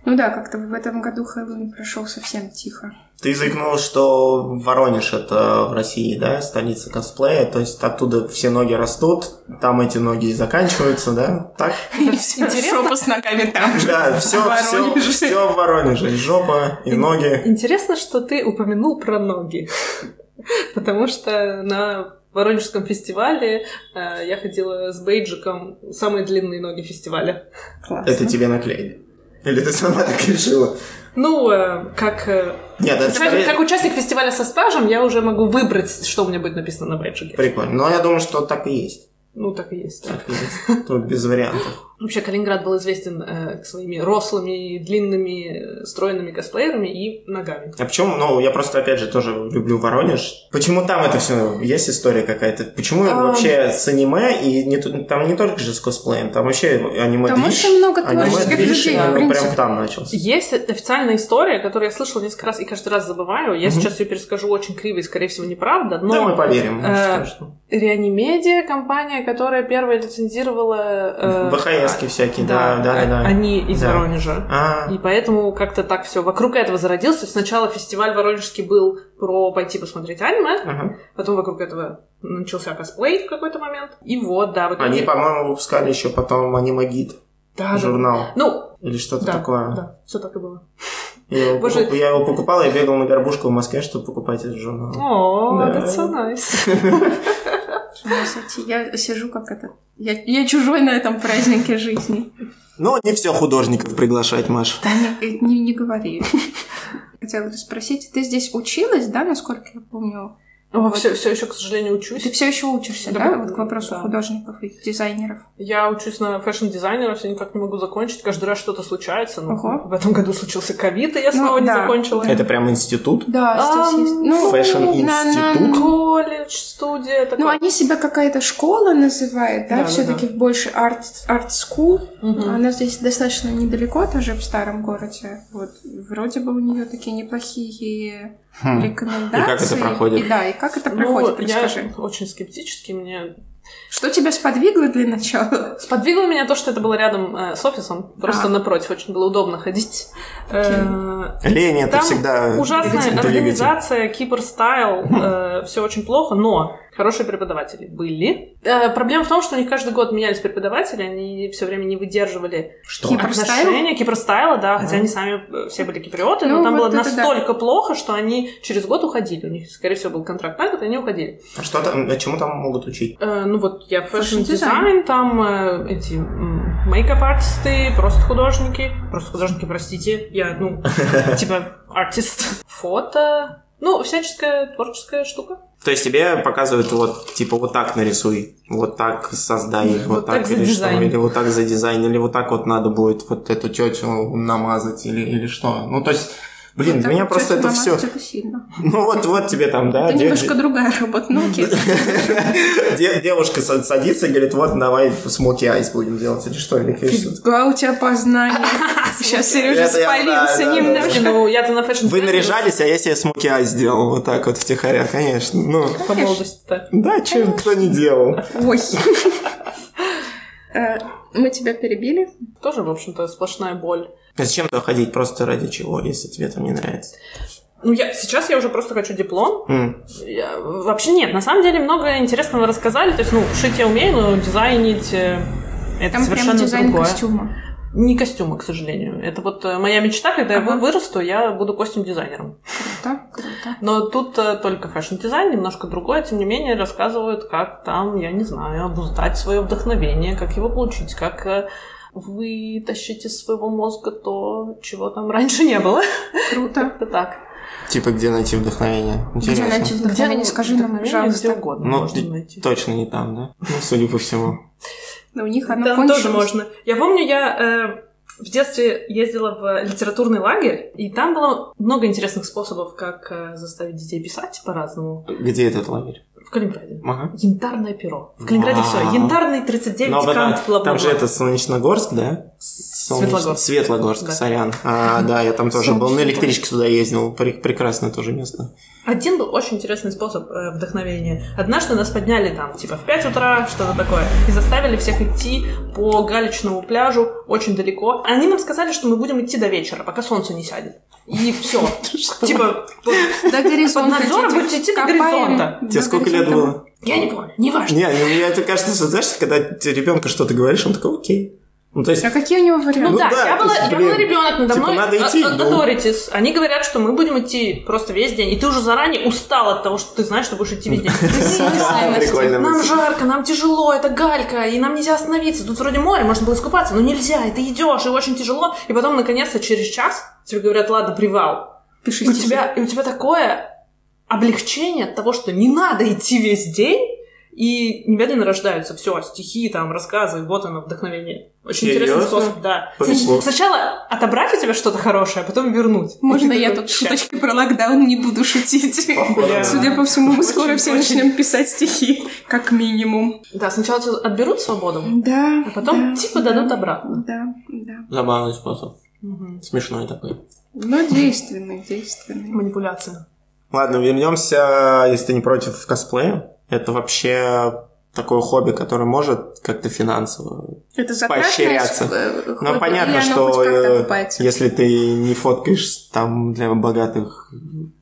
S2: Ну да, как-то в этом году Хэллоуин прошел совсем тихо.
S1: Ты заикнул, что Воронеж это в России, да, столица косплея, то есть оттуда все ноги растут, там эти ноги и заканчиваются, да? Так?
S2: И всё,
S3: Интересно.
S2: жопа с ногами там же.
S1: Да, все, все,
S2: Воронеж.
S1: все в Воронеже, и жопа, и ноги.
S3: Интересно, что ты упомянул про ноги. Потому что на Воронежском фестивале э, я ходила с бейджиком «Самые длинные ноги фестиваля».
S2: Классно.
S1: Это тебе наклеили. Или ты сама так решила?
S3: Ну, э, как, э,
S1: Нет, это
S3: скажем,
S1: скорее-
S3: как участник фестиваля со стажем, я уже могу выбрать, что у меня будет написано на бейджике.
S1: Прикольно. Но я думаю, что так и есть.
S3: Ну, так и есть. да.
S1: Так и есть. Тут без вариантов.
S3: Вообще, Калининград был известен э, своими рослыми, длинными, э, стройными косплеерами и ногами.
S1: А почему? Ну, я просто, опять же, тоже люблю Воронеж. Почему там это все? Есть история какая-то? Почему
S3: А,
S1: вообще с аниме, и не т- там не только же с косплеем, там вообще аниме
S2: Там
S1: движ,
S2: очень много
S1: аниме
S2: творческих
S1: движ,
S2: людей,
S1: оно
S2: в принципе.
S1: прям там начался.
S3: Есть э, официальная история, которую я слышала несколько раз и каждый раз забываю. Я
S1: Мгм.
S3: сейчас ее перескажу очень криво и, скорее всего, неправда. Но
S1: Да, мы поверим.
S3: э,
S1: конечно.
S3: Реанимедиа, компания, которая первая лицензировала... э,
S1: ВХСки всякие, да,
S3: да,
S1: да, да. да.
S3: Они из
S1: Да.
S3: Воронежа.
S1: А,
S3: И поэтому как-то так все вокруг этого зародилось. То есть Сначала фестиваль воронежский был про пойти посмотреть аниме,
S1: ага.
S3: потом вокруг этого начался косплей в какой-то момент. И вот, да, вот
S1: Они, по-моему, выпускали еще потом аниме-гид,
S3: А, да, да.
S1: журнал.
S3: Ну,
S1: Или что-то
S3: да,
S1: такое.
S3: да, все так и было.
S1: Я его,
S3: Боже.
S1: покуп- я его покупал, я бегал на горбушку в Москве, чтобы покупать этот журнал.
S3: О,
S1: Да.
S3: that's so nice.
S2: Кстати, Я сижу как это... Я, я чужой на этом празднике жизни.
S1: Но Ну, не все художников приглашать, Маш.
S2: Да не, не, не говори. Хотела бы спросить, ты здесь училась, да, насколько я помню? Вот.
S3: Все, еще, к сожалению, учусь.
S2: Ты все еще учишься,
S3: Да,
S2: да? Вот к вопросу
S3: да.
S2: художников и дизайнеров.
S3: Я учусь на фэшн-дизайнера, все никак не могу закончить. Каждый раз что-то случается. Ну,
S2: Ого.
S3: В этом году случился ковид, и я
S2: Ну,
S3: снова не
S2: да.
S3: закончила.
S2: Да.
S3: Это
S1: Это прям институт?
S2: Да,
S3: Ам,
S2: здесь есть. Ну,
S1: фэшн-институт?
S2: на- на-
S3: Ну, колледж, студия, такое.
S2: Ну, они себя какая-то школа называют, да,
S3: Да, да,
S2: все-таки больше арт, арт-скул.
S3: Мгм.
S2: Она здесь достаточно недалеко, тоже в старом городе. Вот вроде бы у нее такие неплохие
S1: Хм.
S2: рекомендации.
S1: И как это проходит?
S2: И да, и как это
S3: Ну,
S2: проходит, расскажи.
S3: я очень скептически. Мне
S2: Что тебя сподвигло для начала?
S3: сподвигло меня то, что это было рядом э, с офисом, просто
S2: А.
S3: напротив, очень было удобно ходить. Э,
S1: Лень это
S3: Там
S1: всегда
S3: Ужасная
S1: двигатель.
S3: организация, кипер-стайл, все очень плохо, но хорошие преподаватели были. Э, Проблема в том, что у них каждый год менялись преподаватели, они все время не выдерживали
S1: Что?
S2: Кипр. Кипер-стайл?
S3: отношения кипер-стайла, да, хотя
S1: Мгм.
S3: они сами э, все были киприоты,
S2: Ну,
S3: но там
S2: вот
S3: было
S2: это да.
S3: настолько плохо, что они через год уходили. У них, скорее всего, был контракт на год, и они уходили.
S1: А Что там, а чему там могут учить?
S3: Э, ну вот я
S2: Фэшн-дизайн.
S3: фэшн-дизайн, там э, эти м, мейкап-артисты, просто художники. Просто художники, простите, я, ну, типа, артист. Фото, ну, всяческая творческая штука.
S1: То есть тебе показывают вот, типа, вот так нарисуй, вот так создай, вот,
S3: Вот
S1: так,
S3: так
S1: или что,
S3: задизайн.
S1: или вот так за дизайн, или вот так вот надо будет вот эту тетю намазать, или, или что. Ну, то есть, блин, для меня просто это А, все...
S2: Это сильно.
S1: Ну, вот, вот тебе там, да,
S2: это
S1: де-
S2: немножко другая работа, ну окей.
S1: де- девушка са- садится и говорит, вот, давай смоки айс будем делать, или что, или что-то.
S2: Фига а у тебя познание. А, Сейчас Сережа
S1: Это я, да,
S2: спалился
S1: да, да.
S2: немножко.
S3: Ну, я-то на фэшн
S1: Вы наряжались, а я себе смоки айс сделал, вот так вот втихаря, конечно. Ну,
S3: По молодости-то.
S1: да, че, кто не делал.
S2: Ой. Э, Мы тебя перебили.
S3: Тоже, в общем-то, сплошная боль.
S1: А Зачем туда ходить? Просто ради чего, если тебе там не нравится?
S3: Ну, я, сейчас я уже просто хочу диплом.
S1: М.
S3: Я- вообще нет, на самом деле много интересного рассказали. То есть, ну, шить я умею, но дизайнить э, это
S2: Там
S3: совершенно
S2: прям дизайн
S3: другое.
S2: костюма.
S3: Не костюма, к сожалению. Это вот э, моя мечта, когда
S2: Ага.
S3: я вырасту, я буду костюм-дизайнером.
S2: Круто, круто.
S3: Но тут э, только фэшн-дизайн, немножко другое. Тем не менее, рассказывают, как там, я не знаю, обуздать свое вдохновение, как его получить, как э, вытащить из своего мозга то, чего там раньше не было.
S2: Круто.
S3: Как-то так.
S1: Типа, где найти вдохновение? Интересно.
S2: Где найти вдохновение? Скажи нам,
S3: ну, вдохновение Где
S2: пожалуйста.
S3: угодно
S1: Ну,
S3: можно
S1: ты-
S3: найти.
S1: Точно не там, да? Ну, судя по всему.
S2: Да у них оно
S3: Там
S2: кончилось.
S3: тоже можно. Я помню, я э, в детстве ездила в литературный лагерь, и там было много интересных способов, как э, заставить детей писать по-разному.
S1: Где этот лагерь?
S3: В Калининграде.
S1: Ага.
S3: Янтарное перо. В Калининграде все.
S1: Вау.
S3: Янтарный 39
S1: Ну,
S3: кант,
S1: да,
S3: бла-бла-бла.
S1: там же это Солнечногорск, да? Солнеч-
S3: Светлогорск.
S1: Светлогорск,
S3: Да.
S1: сорян. А, да, я там тоже был. На
S2: Солнечногорск.
S1: электричке туда ездил. Пре- Прекрасное тоже место.
S3: Один был очень интересный способ э, вдохновения. Однажды нас подняли там, типа, в 5 утра, что-то такое, и заставили всех идти по галечному пляжу очень далеко. Они нам сказали, что мы будем идти до вечера, пока солнце не сядет. И все. Типа, вот,
S2: До горизонта.
S3: Под надзором
S2: дети.
S3: будете идти до
S2: Копаем
S3: горизонта.
S2: до
S1: Тебе сколько лет
S2: горизонта.
S1: было?
S3: я не помню, неважно.
S1: Не, ну, мне это кажется, что, знаешь, когда ребенку что-то говоришь, он такой, окей. Ну, то есть,
S2: А какие у него
S3: Ну,
S1: Ну
S2: варианты?
S3: да,
S1: да,
S3: я,
S1: то
S3: была,
S1: есть,
S3: я
S1: блин,
S3: была ребенок, надо
S1: типа,
S3: мной
S1: надо
S3: а-
S1: идти,
S3: а-
S1: ну.
S3: authorities. Они говорят, что мы будем идти просто весь день, и ты уже заранее устал от того, что ты знаешь, что будешь идти весь день.
S1: Прикольно.
S3: Нам жарко, нам тяжело, это галька, и нам нельзя остановиться. Тут вроде море, можно было искупаться, но нельзя, и ты идешь, и очень тяжело. И потом, наконец-то, через час тебе говорят, ладно, привал. И
S2: Пишите.
S3: у тебя, и у тебя такое облегчение от того, что не надо идти весь день, и немедленно рождаются все, стихи, там, рассказы, вот оно, вдохновение. Очень интересный
S1: Серьезно?
S3: способ, да.
S1: Повезло.
S3: Сначала отобрать у тебя что-то хорошее, а потом вернуть.
S2: Можно
S3: И ты
S2: я
S3: такой,
S2: тут
S3: «Ща».
S2: шуточки про локдаун не буду шутить?
S1: Походу,
S3: Бля.
S1: да.
S2: Судя по всему, мы скоро
S3: Очень,
S2: все
S3: очень.
S2: начнем писать стихи, как минимум.
S3: Да, сначала тебя отберут свободу,
S2: Да.
S3: а потом
S2: да,
S3: типа
S2: да,
S3: дадут обратно.
S2: Да, да.
S1: Забавный способ. Смешной такой.
S2: Но действенный, действенный.
S3: Манипуляция.
S1: Ладно, вернемся, если ты не против, в косплея. Это вообще такое хобби, которое может как-то финансово.
S2: Это затратное
S1: Поощряться.
S2: с- э,
S1: Но
S2: хобби, или
S1: понятно,
S2: оно
S1: что
S2: хоть как-то
S1: э,
S2: окупается?
S1: если ты не фоткаешь там для богатых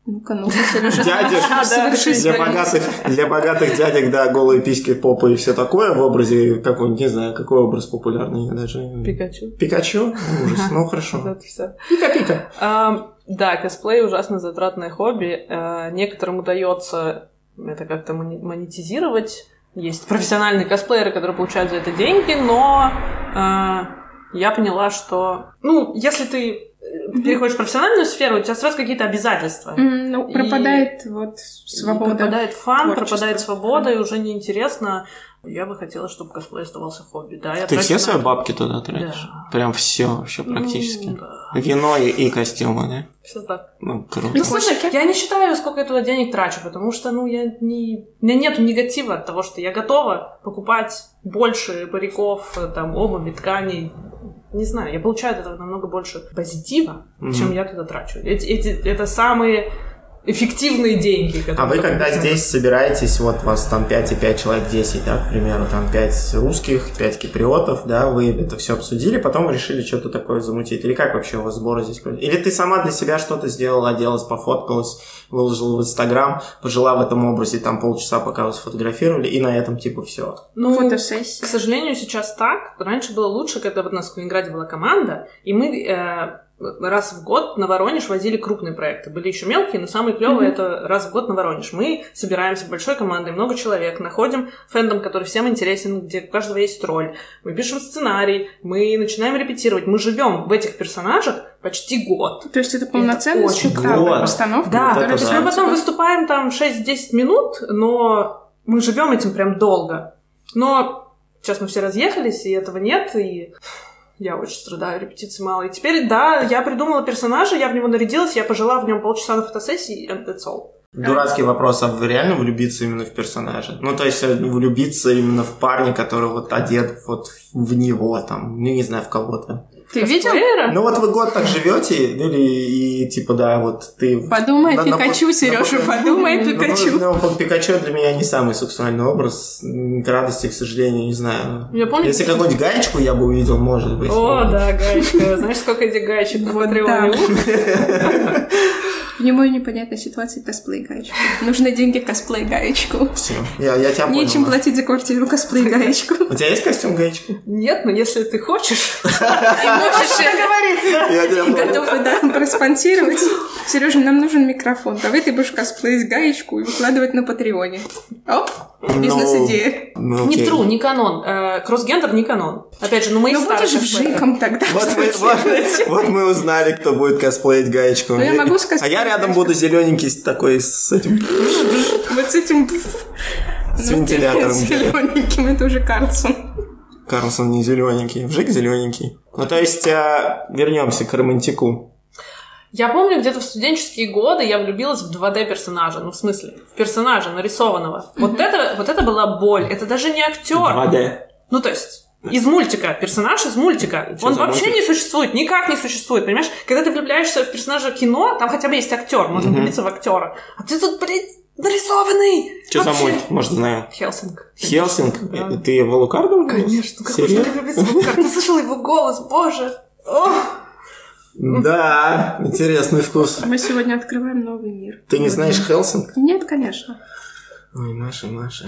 S2: Ну-ка, ну-ка, Сережа.
S1: дядек,
S2: совершить
S1: для
S2: свою
S1: богатых, для богатых дядек, да, голые письки, попы и все такое в образе, какой, не знаю, какой образ популярный, я даже...
S3: Пикачу.
S1: Пикачу? Ужас, ну хорошо. Ну, Пика-пика.
S3: Ам, Да, косплей ужасно затратное хобби. А, Некоторым удается это как-то мони- монетизировать. Есть профессиональные косплееры, которые получают за это э, деньги, но а, я поняла, что... Ну, если ты... ты переходишь в профессиональную сферу, у тебя сразу какие-то обязательства.
S2: М, Ну,
S3: И-
S2: пропадает вот
S3: И
S2: свобода.
S3: пропадает фан,
S2: творчество.
S3: пропадает свобода, и уже неинтересно. Я бы хотела, чтобы косплей оставался хобби. Да, я
S4: Ты все
S3: тратила-
S4: свои бабки туда тратишь?
S3: Да.
S4: Прям все вообще
S3: Ну,
S4: практически.
S3: да.
S4: Вино и, и костюмы, да?
S3: Всё так.
S4: Ну,
S2: Ну,
S4: круто.
S3: Слушай,
S2: слушай,
S3: я не считаю, сколько я туда денег трачу, потому что, ну, я не... У меня нет негатива от того, что я готова покупать больше париков, э, там, обуви, тканей. Не знаю, я получаю от этого намного больше позитива,
S4: Мгм.
S3: чем я туда трачу. Эти, эти- это самые эффективные деньги.
S1: А вы
S3: которые
S1: когда
S3: можно-
S1: здесь собираетесь, вот вас там 5 и 5 человек 10, да, к примеру, там 5 русских, 5 киприотов, да, вы это все обсудили, потом решили что-то такое замутить. Или как вообще у вас сборы здесь? происходят? Или ты сама для себя что-то сделала, оделась, пофоткалась, выложила в Инстаграм, пожила в этом образе там полчаса, пока вас фотографировали, и на этом типа все.
S3: Ну, К
S2: фотосессия.
S3: сожалению, сейчас так. Раньше было лучше, когда вот у нас в Калининграде была команда, и мы э, раз в год на Воронеж возили крупные проекты. Были еще мелкие, но самые
S2: Мгм.
S3: клевые это раз в год на Воронеж. Мы собираемся большой командой, много человек, находим фэндом, который всем интересен, где у каждого есть роль. Мы пишем сценарий, мы начинаем репетировать, мы живем в этих персонажах почти год.
S2: Ну, То есть это полноценный
S3: очень
S2: спектакль,
S1: год.
S2: постановка,
S3: Да,
S1: Вот
S3: то
S1: это
S3: есть
S1: да.
S3: мы потом выступаем там 6-10 минут, но мы живем этим прям долго. Но сейчас мы все разъехались, и этого нет, и я очень страдаю, репетиций мало. И теперь, да, я придумала персонажа, я в него нарядилась, я пожила в нем полчаса на фотосессии, and that's all.
S1: Дурацкий вопрос, а вы реально влюбиться именно в персонажа? Ну, то есть э, влюбиться именно в парня, который вот одет вот в него там, ну, не знаю, в кого-то.
S2: Ты видел?
S3: Косплеера?
S1: Ну, вот вы год так живете, или и типа, да, вот ты
S2: Подумай,
S1: На- на
S2: Пикачу,
S1: пол-
S2: Сережа,
S1: на пол-
S2: подумай,
S1: Ну,
S2: Пикачу.
S1: Ну, ну, Пикачу для меня не самый сексуальный образ. М, К радости, к сожалению, не знаю.
S3: Я помню-
S1: Если какую-нибудь гаечку я бы увидел, может быть.
S3: О, да, гаечка. Знаешь, сколько этих гаечек в
S2: Вот
S3: Патреоне?
S2: да. В немой непонятной ситуации косплей гаечку. Нужны деньги косплей гаечку.
S1: Все. Я, я тебя
S2: Нечем
S1: понял.
S2: платить за квартиру косплей гаечку.
S1: У тебя есть костюм гаечку?
S3: Нет, но если ты хочешь...
S2: И можешь э,
S1: Я тебя понял.
S2: готовы, да, проспонсировать. Сережа, нам нужен микрофон. Давай ты будешь косплеить гаечку и выкладывать на Патреоне. Оп,
S1: Ну,
S2: бизнес-идея.
S1: Ну,
S3: Не
S1: окей.
S3: тру, не канон. Э, Кроссгендер не канон. Опять же, ну мы и
S2: Ну
S3: старые
S2: будешь вжиком тогда.
S1: Вот мы, вот- вот мы узнали, кто будет косплеить гаечку.
S2: Ну, я могу сказать- Ну,
S1: А я рядом буду зелененький с такой с этим
S2: Вот с этим...
S1: С
S2: Ну,
S1: вентилятором.
S2: С зелененьким, это уже Карлсон.
S1: Карлсон не зелененький. Вжик зелененький. Ну, то есть, вернемся к романтику.
S3: Я помню, где-то в студенческие годы я влюбилась в 2D персонажа, ну в смысле, в персонажа нарисованного. Вот это, вот это была боль. Это даже не актер.
S1: 2D.
S3: Ну то есть из мультика, персонаж из мультика.
S1: Чё
S3: Он
S1: за
S3: вообще
S1: мультик?
S3: не существует, никак не существует, понимаешь? Когда ты влюбляешься в персонажа кино, там хотя бы есть актер, можно
S1: Мгм.
S3: влюбиться в актера. А ты тут, блин, нарисованный.
S1: Что за
S3: Вообще.
S1: мульт? Может, знаю.
S3: Хелсинг.
S1: Хелсинг?
S3: Да.
S1: Э, Ты его Лукардом?
S3: Конечно, как можно влюбиться в актера? Ты слышал его голос, боже. Ох.
S1: Да, интересный вкус.
S2: Мы сегодня открываем новый мир.
S1: Ты не знаешь Хелсинг?
S2: Нет, конечно.
S1: Ой, Маша, Маша.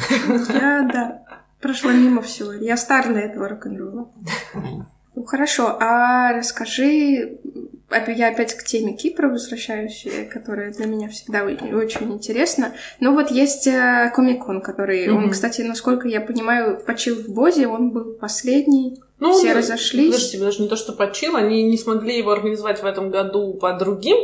S2: Я, да, прошла мимо всего. Я стар для этого рок-н-ролла. Ну, хорошо, а расскажи... опя- Я опять к теме Кипра возвращаюсь, э, которая для меня всегда о- очень интересна. Ну вот есть э, Комикон, который... Он,
S3: Мгм.
S2: кстати, насколько я понимаю, почил в Бозе, он был последний.
S3: Ну,
S2: Все
S3: да.
S2: разошлись.
S3: Подожди, даже не то, что почил, они не смогли его организовать в этом году по другим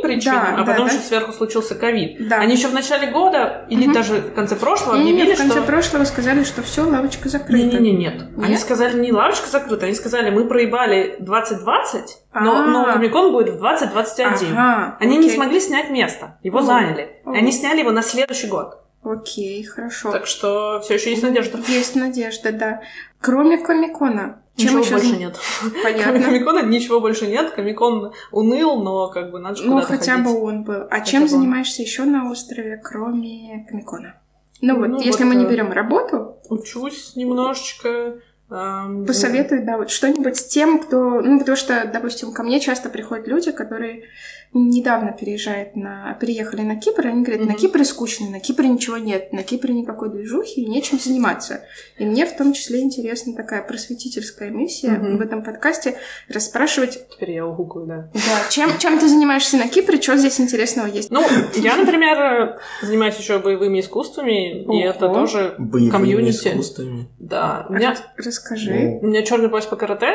S2: Да,
S3: причинам, а
S2: да,
S3: потом
S2: да.
S3: еще сверху случился ковид.
S2: Да.
S3: Они еще в начале года или
S2: Мгм.
S3: даже в конце прошлого
S2: Не-не-не,
S3: объявили,
S2: в конце
S3: что...
S2: прошлого сказали, что все, лавочка закрыта.
S3: Не-не-не, нет. Они
S2: Нет?
S3: сказали, не лавочка закрыта, они сказали, мы проебали 2020, но,
S2: А.
S3: но Комикон будет в 2021.
S2: Ага,
S3: Они не
S2: окей.
S3: смогли снять место, его
S2: О.
S3: заняли.
S2: О.
S3: Они сняли его на следующий год.
S2: Окей, хорошо.
S3: Так что все еще есть надежда.
S2: Есть надежда, да. Кроме Комикона. Чем
S3: ничего
S2: еще
S3: больше нет. Кроме
S2: Понятно.
S3: Комикона ничего больше нет. Комикон уныл, но как бы надо же
S2: Ну,
S3: куда-то
S2: хотя
S3: ходить.
S2: бы он был. А чем
S3: бы он.
S2: занимаешься еще на острове, кроме Комикона? Ну вот,
S3: Ну,
S2: если
S3: вот,
S2: мы не
S3: э,
S2: берем работу,
S3: учусь немножечко. эм,
S2: посоветуй, да, вот что-нибудь с тем, кто... Ну, потому что, допустим, ко мне часто приходят люди, которые недавно переезжают на... переехали на Кипр, и они говорят, на
S3: Мгм.
S2: Кипре скучно, на Кипре ничего нет, на Кипре никакой движухи и нечем заниматься. И мне в том числе интересна такая просветительская миссия
S3: Мгм.
S2: в этом подкасте расспрашивать,
S3: Теперь я угукаю, да.
S2: Да, чем, чем ты занимаешься на Кипре, что здесь интересного есть?
S3: Ну, я, например, э, занимаюсь еще боевыми искусствами, и
S2: Ого. А
S3: это тоже,
S1: Боевыми
S3: Комьюнити.
S1: искусствами.
S3: да. У меня,
S2: Расскажи.
S1: Ну,
S3: у меня черный пояс по карате,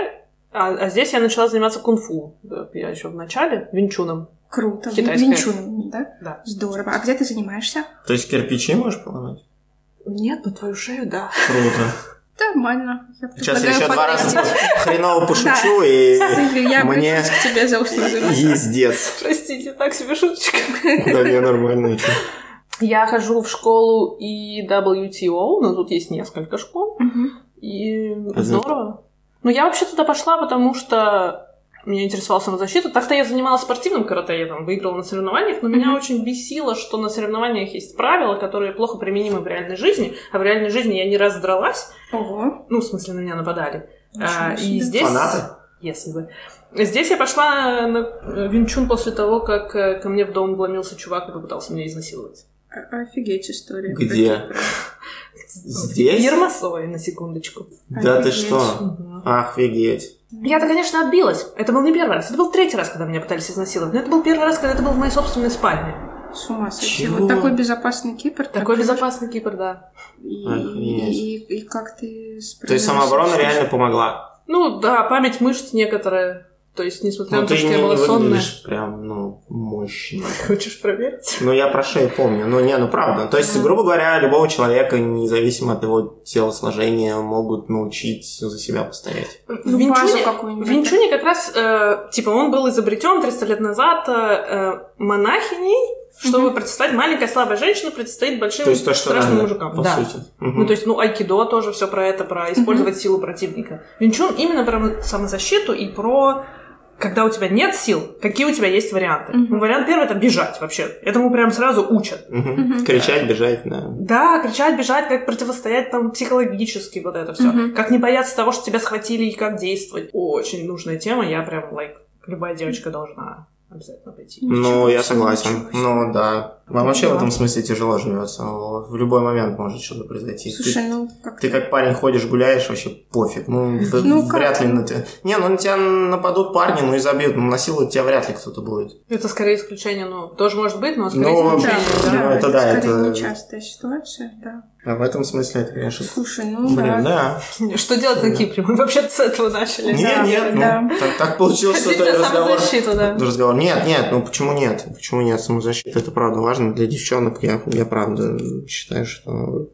S3: А, а здесь я начала заниматься кунг-фу. Да, Я еще в начале винчуном.
S2: Круто.
S3: Китайская.
S2: Винчуном, да?
S3: Да.
S2: Здорово. А где ты занимаешься?
S1: То есть кирпичи можешь поломать?
S3: Нет, на твою шею, да.
S1: Круто.
S2: Нормально. Я
S1: Сейчас я
S2: предлагаю
S1: еще два
S2: потратить.
S1: раза хреново пошучу
S2: Да.
S1: и
S2: Сыгры, Я
S1: Мне-
S2: обращусь к тебе за услугу.
S1: ездец.
S3: Простите, так себе шуточка.
S1: Да не, нормально. чё.
S3: Я хожу в школу E и WTO, но тут есть несколько школ.
S2: Мгм.
S3: И
S1: А за-
S3: здорово. Ну, я вообще туда пошла, потому что меня интересовала самозащита. Так-то я занималась спортивным карате, я там выиграла на соревнованиях, но меня
S2: Мгм.
S3: очень бесило, что на соревнованиях есть правила, которые плохо применимы в реальной жизни, а в реальной жизни я не раз дралась,
S2: Ого.
S3: ну, в смысле, на меня нападали. А,
S2: Ничего
S3: и
S2: себе.
S3: здесь...
S1: Фанаты?
S3: Если бы. Здесь я пошла на э, Винчун после того, как э, ко мне в дом вломился чувак и попытался меня изнасиловать.
S2: О- Офигеть история.
S1: Где? Здесь?
S3: Ермосовой, на секундочку.
S1: Да ты
S2: Офигеть.
S1: что?
S3: Мгм.
S1: Офигеть.
S3: Я-то, конечно, отбилась. Это был не первый раз. Это был третий раз, когда меня пытались изнасиловать. Но это был первый раз, когда это был в моей собственной спальне.
S2: С ума сойти.
S1: Чего?
S2: Вот такой безопасный Кипр.
S3: Такой
S2: так-
S3: безопасный Кипр, да.
S2: И,
S1: Охренеть.
S2: и- и как ты справилась?
S1: То есть самооборона реально помогла.
S3: Ну да, память мышц некоторая. То есть, несмотря
S1: Ну
S3: на то,
S1: ты
S3: что
S1: не
S3: я была сонная.
S1: выглядишь прям, ну, мощно.
S3: Хочешь проверить?
S1: Ну, я про шею помню. Ну, не, ну, правда. То есть,
S3: Мгм.
S1: грубо говоря, любого человека, независимо от его телосложения, могут научить за себя постоять.
S2: Ну,
S3: В Винчуне-
S2: базу какую-нибудь.
S3: В Винчуне как раз, э, типа, он был изобретен 300 лет назад э, э, монахиней, чтобы
S2: Мгм.
S3: предстоять маленькая слабая женщина предстоит большим
S1: То есть, то, что
S3: страшным
S1: надо,
S3: мужикам.
S1: по
S3: да.
S1: сути. Мгм.
S3: Ну, то есть, ну, айкидо тоже все про это, про использовать силу противника. Винчун именно про самозащиту и про когда у тебя нет сил, какие у тебя есть варианты.
S2: Мгм.
S3: Ну, вариант первый это бежать вообще. Этому прям сразу учат.
S1: Мгм.
S2: Мгм.
S1: Кричать, бежать, да.
S3: Да, кричать, бежать, как противостоять там психологически вот это все.
S2: Мгм.
S3: Как не бояться того, что тебя схватили и как действовать. Очень нужная тема, я прям, лайк, любая девочка должна обязательно пойти.
S1: Ну,
S2: Ничего
S1: я
S2: себе,
S1: согласен.
S2: ничего себе.
S1: Ну, да. Вам вообще в
S3: Да.
S1: этом смысле тяжело живется. В любой момент может что-то произойти.
S2: Слушай,
S1: Ты-
S2: ну как
S1: Ты как парень ходишь, гуляешь, вообще пофиг. Ну, в-
S2: Ну, как?
S1: вряд ли на тебя... Не, ну на тебя нападут парни, ну и забьют. Ну, насиловать тебя вряд ли кто-то будет.
S3: Это скорее исключение, ну, тоже может быть, но скорее
S1: Ну,
S2: да,
S3: исключение.
S1: пф,
S3: да.
S1: ну, это да,
S2: скорее
S1: это-
S2: нечастая ситуация, да.
S1: А в этом смысле это, конечно...
S2: Слушай, ну
S1: Блин, да.
S3: Что делать на Кипре? Мы вообще с этого начали.
S1: Нет,
S2: Да,
S1: нет, ну,
S2: да.
S1: так, так получилось, что
S3: Ходить
S1: это
S3: на
S1: разговор.
S3: самозащиту, да.
S1: Разговор. Нет, нет, ну почему нет? Почему нет самозащиты? Это правда важно для девчонок. Я, я правда считаю, что...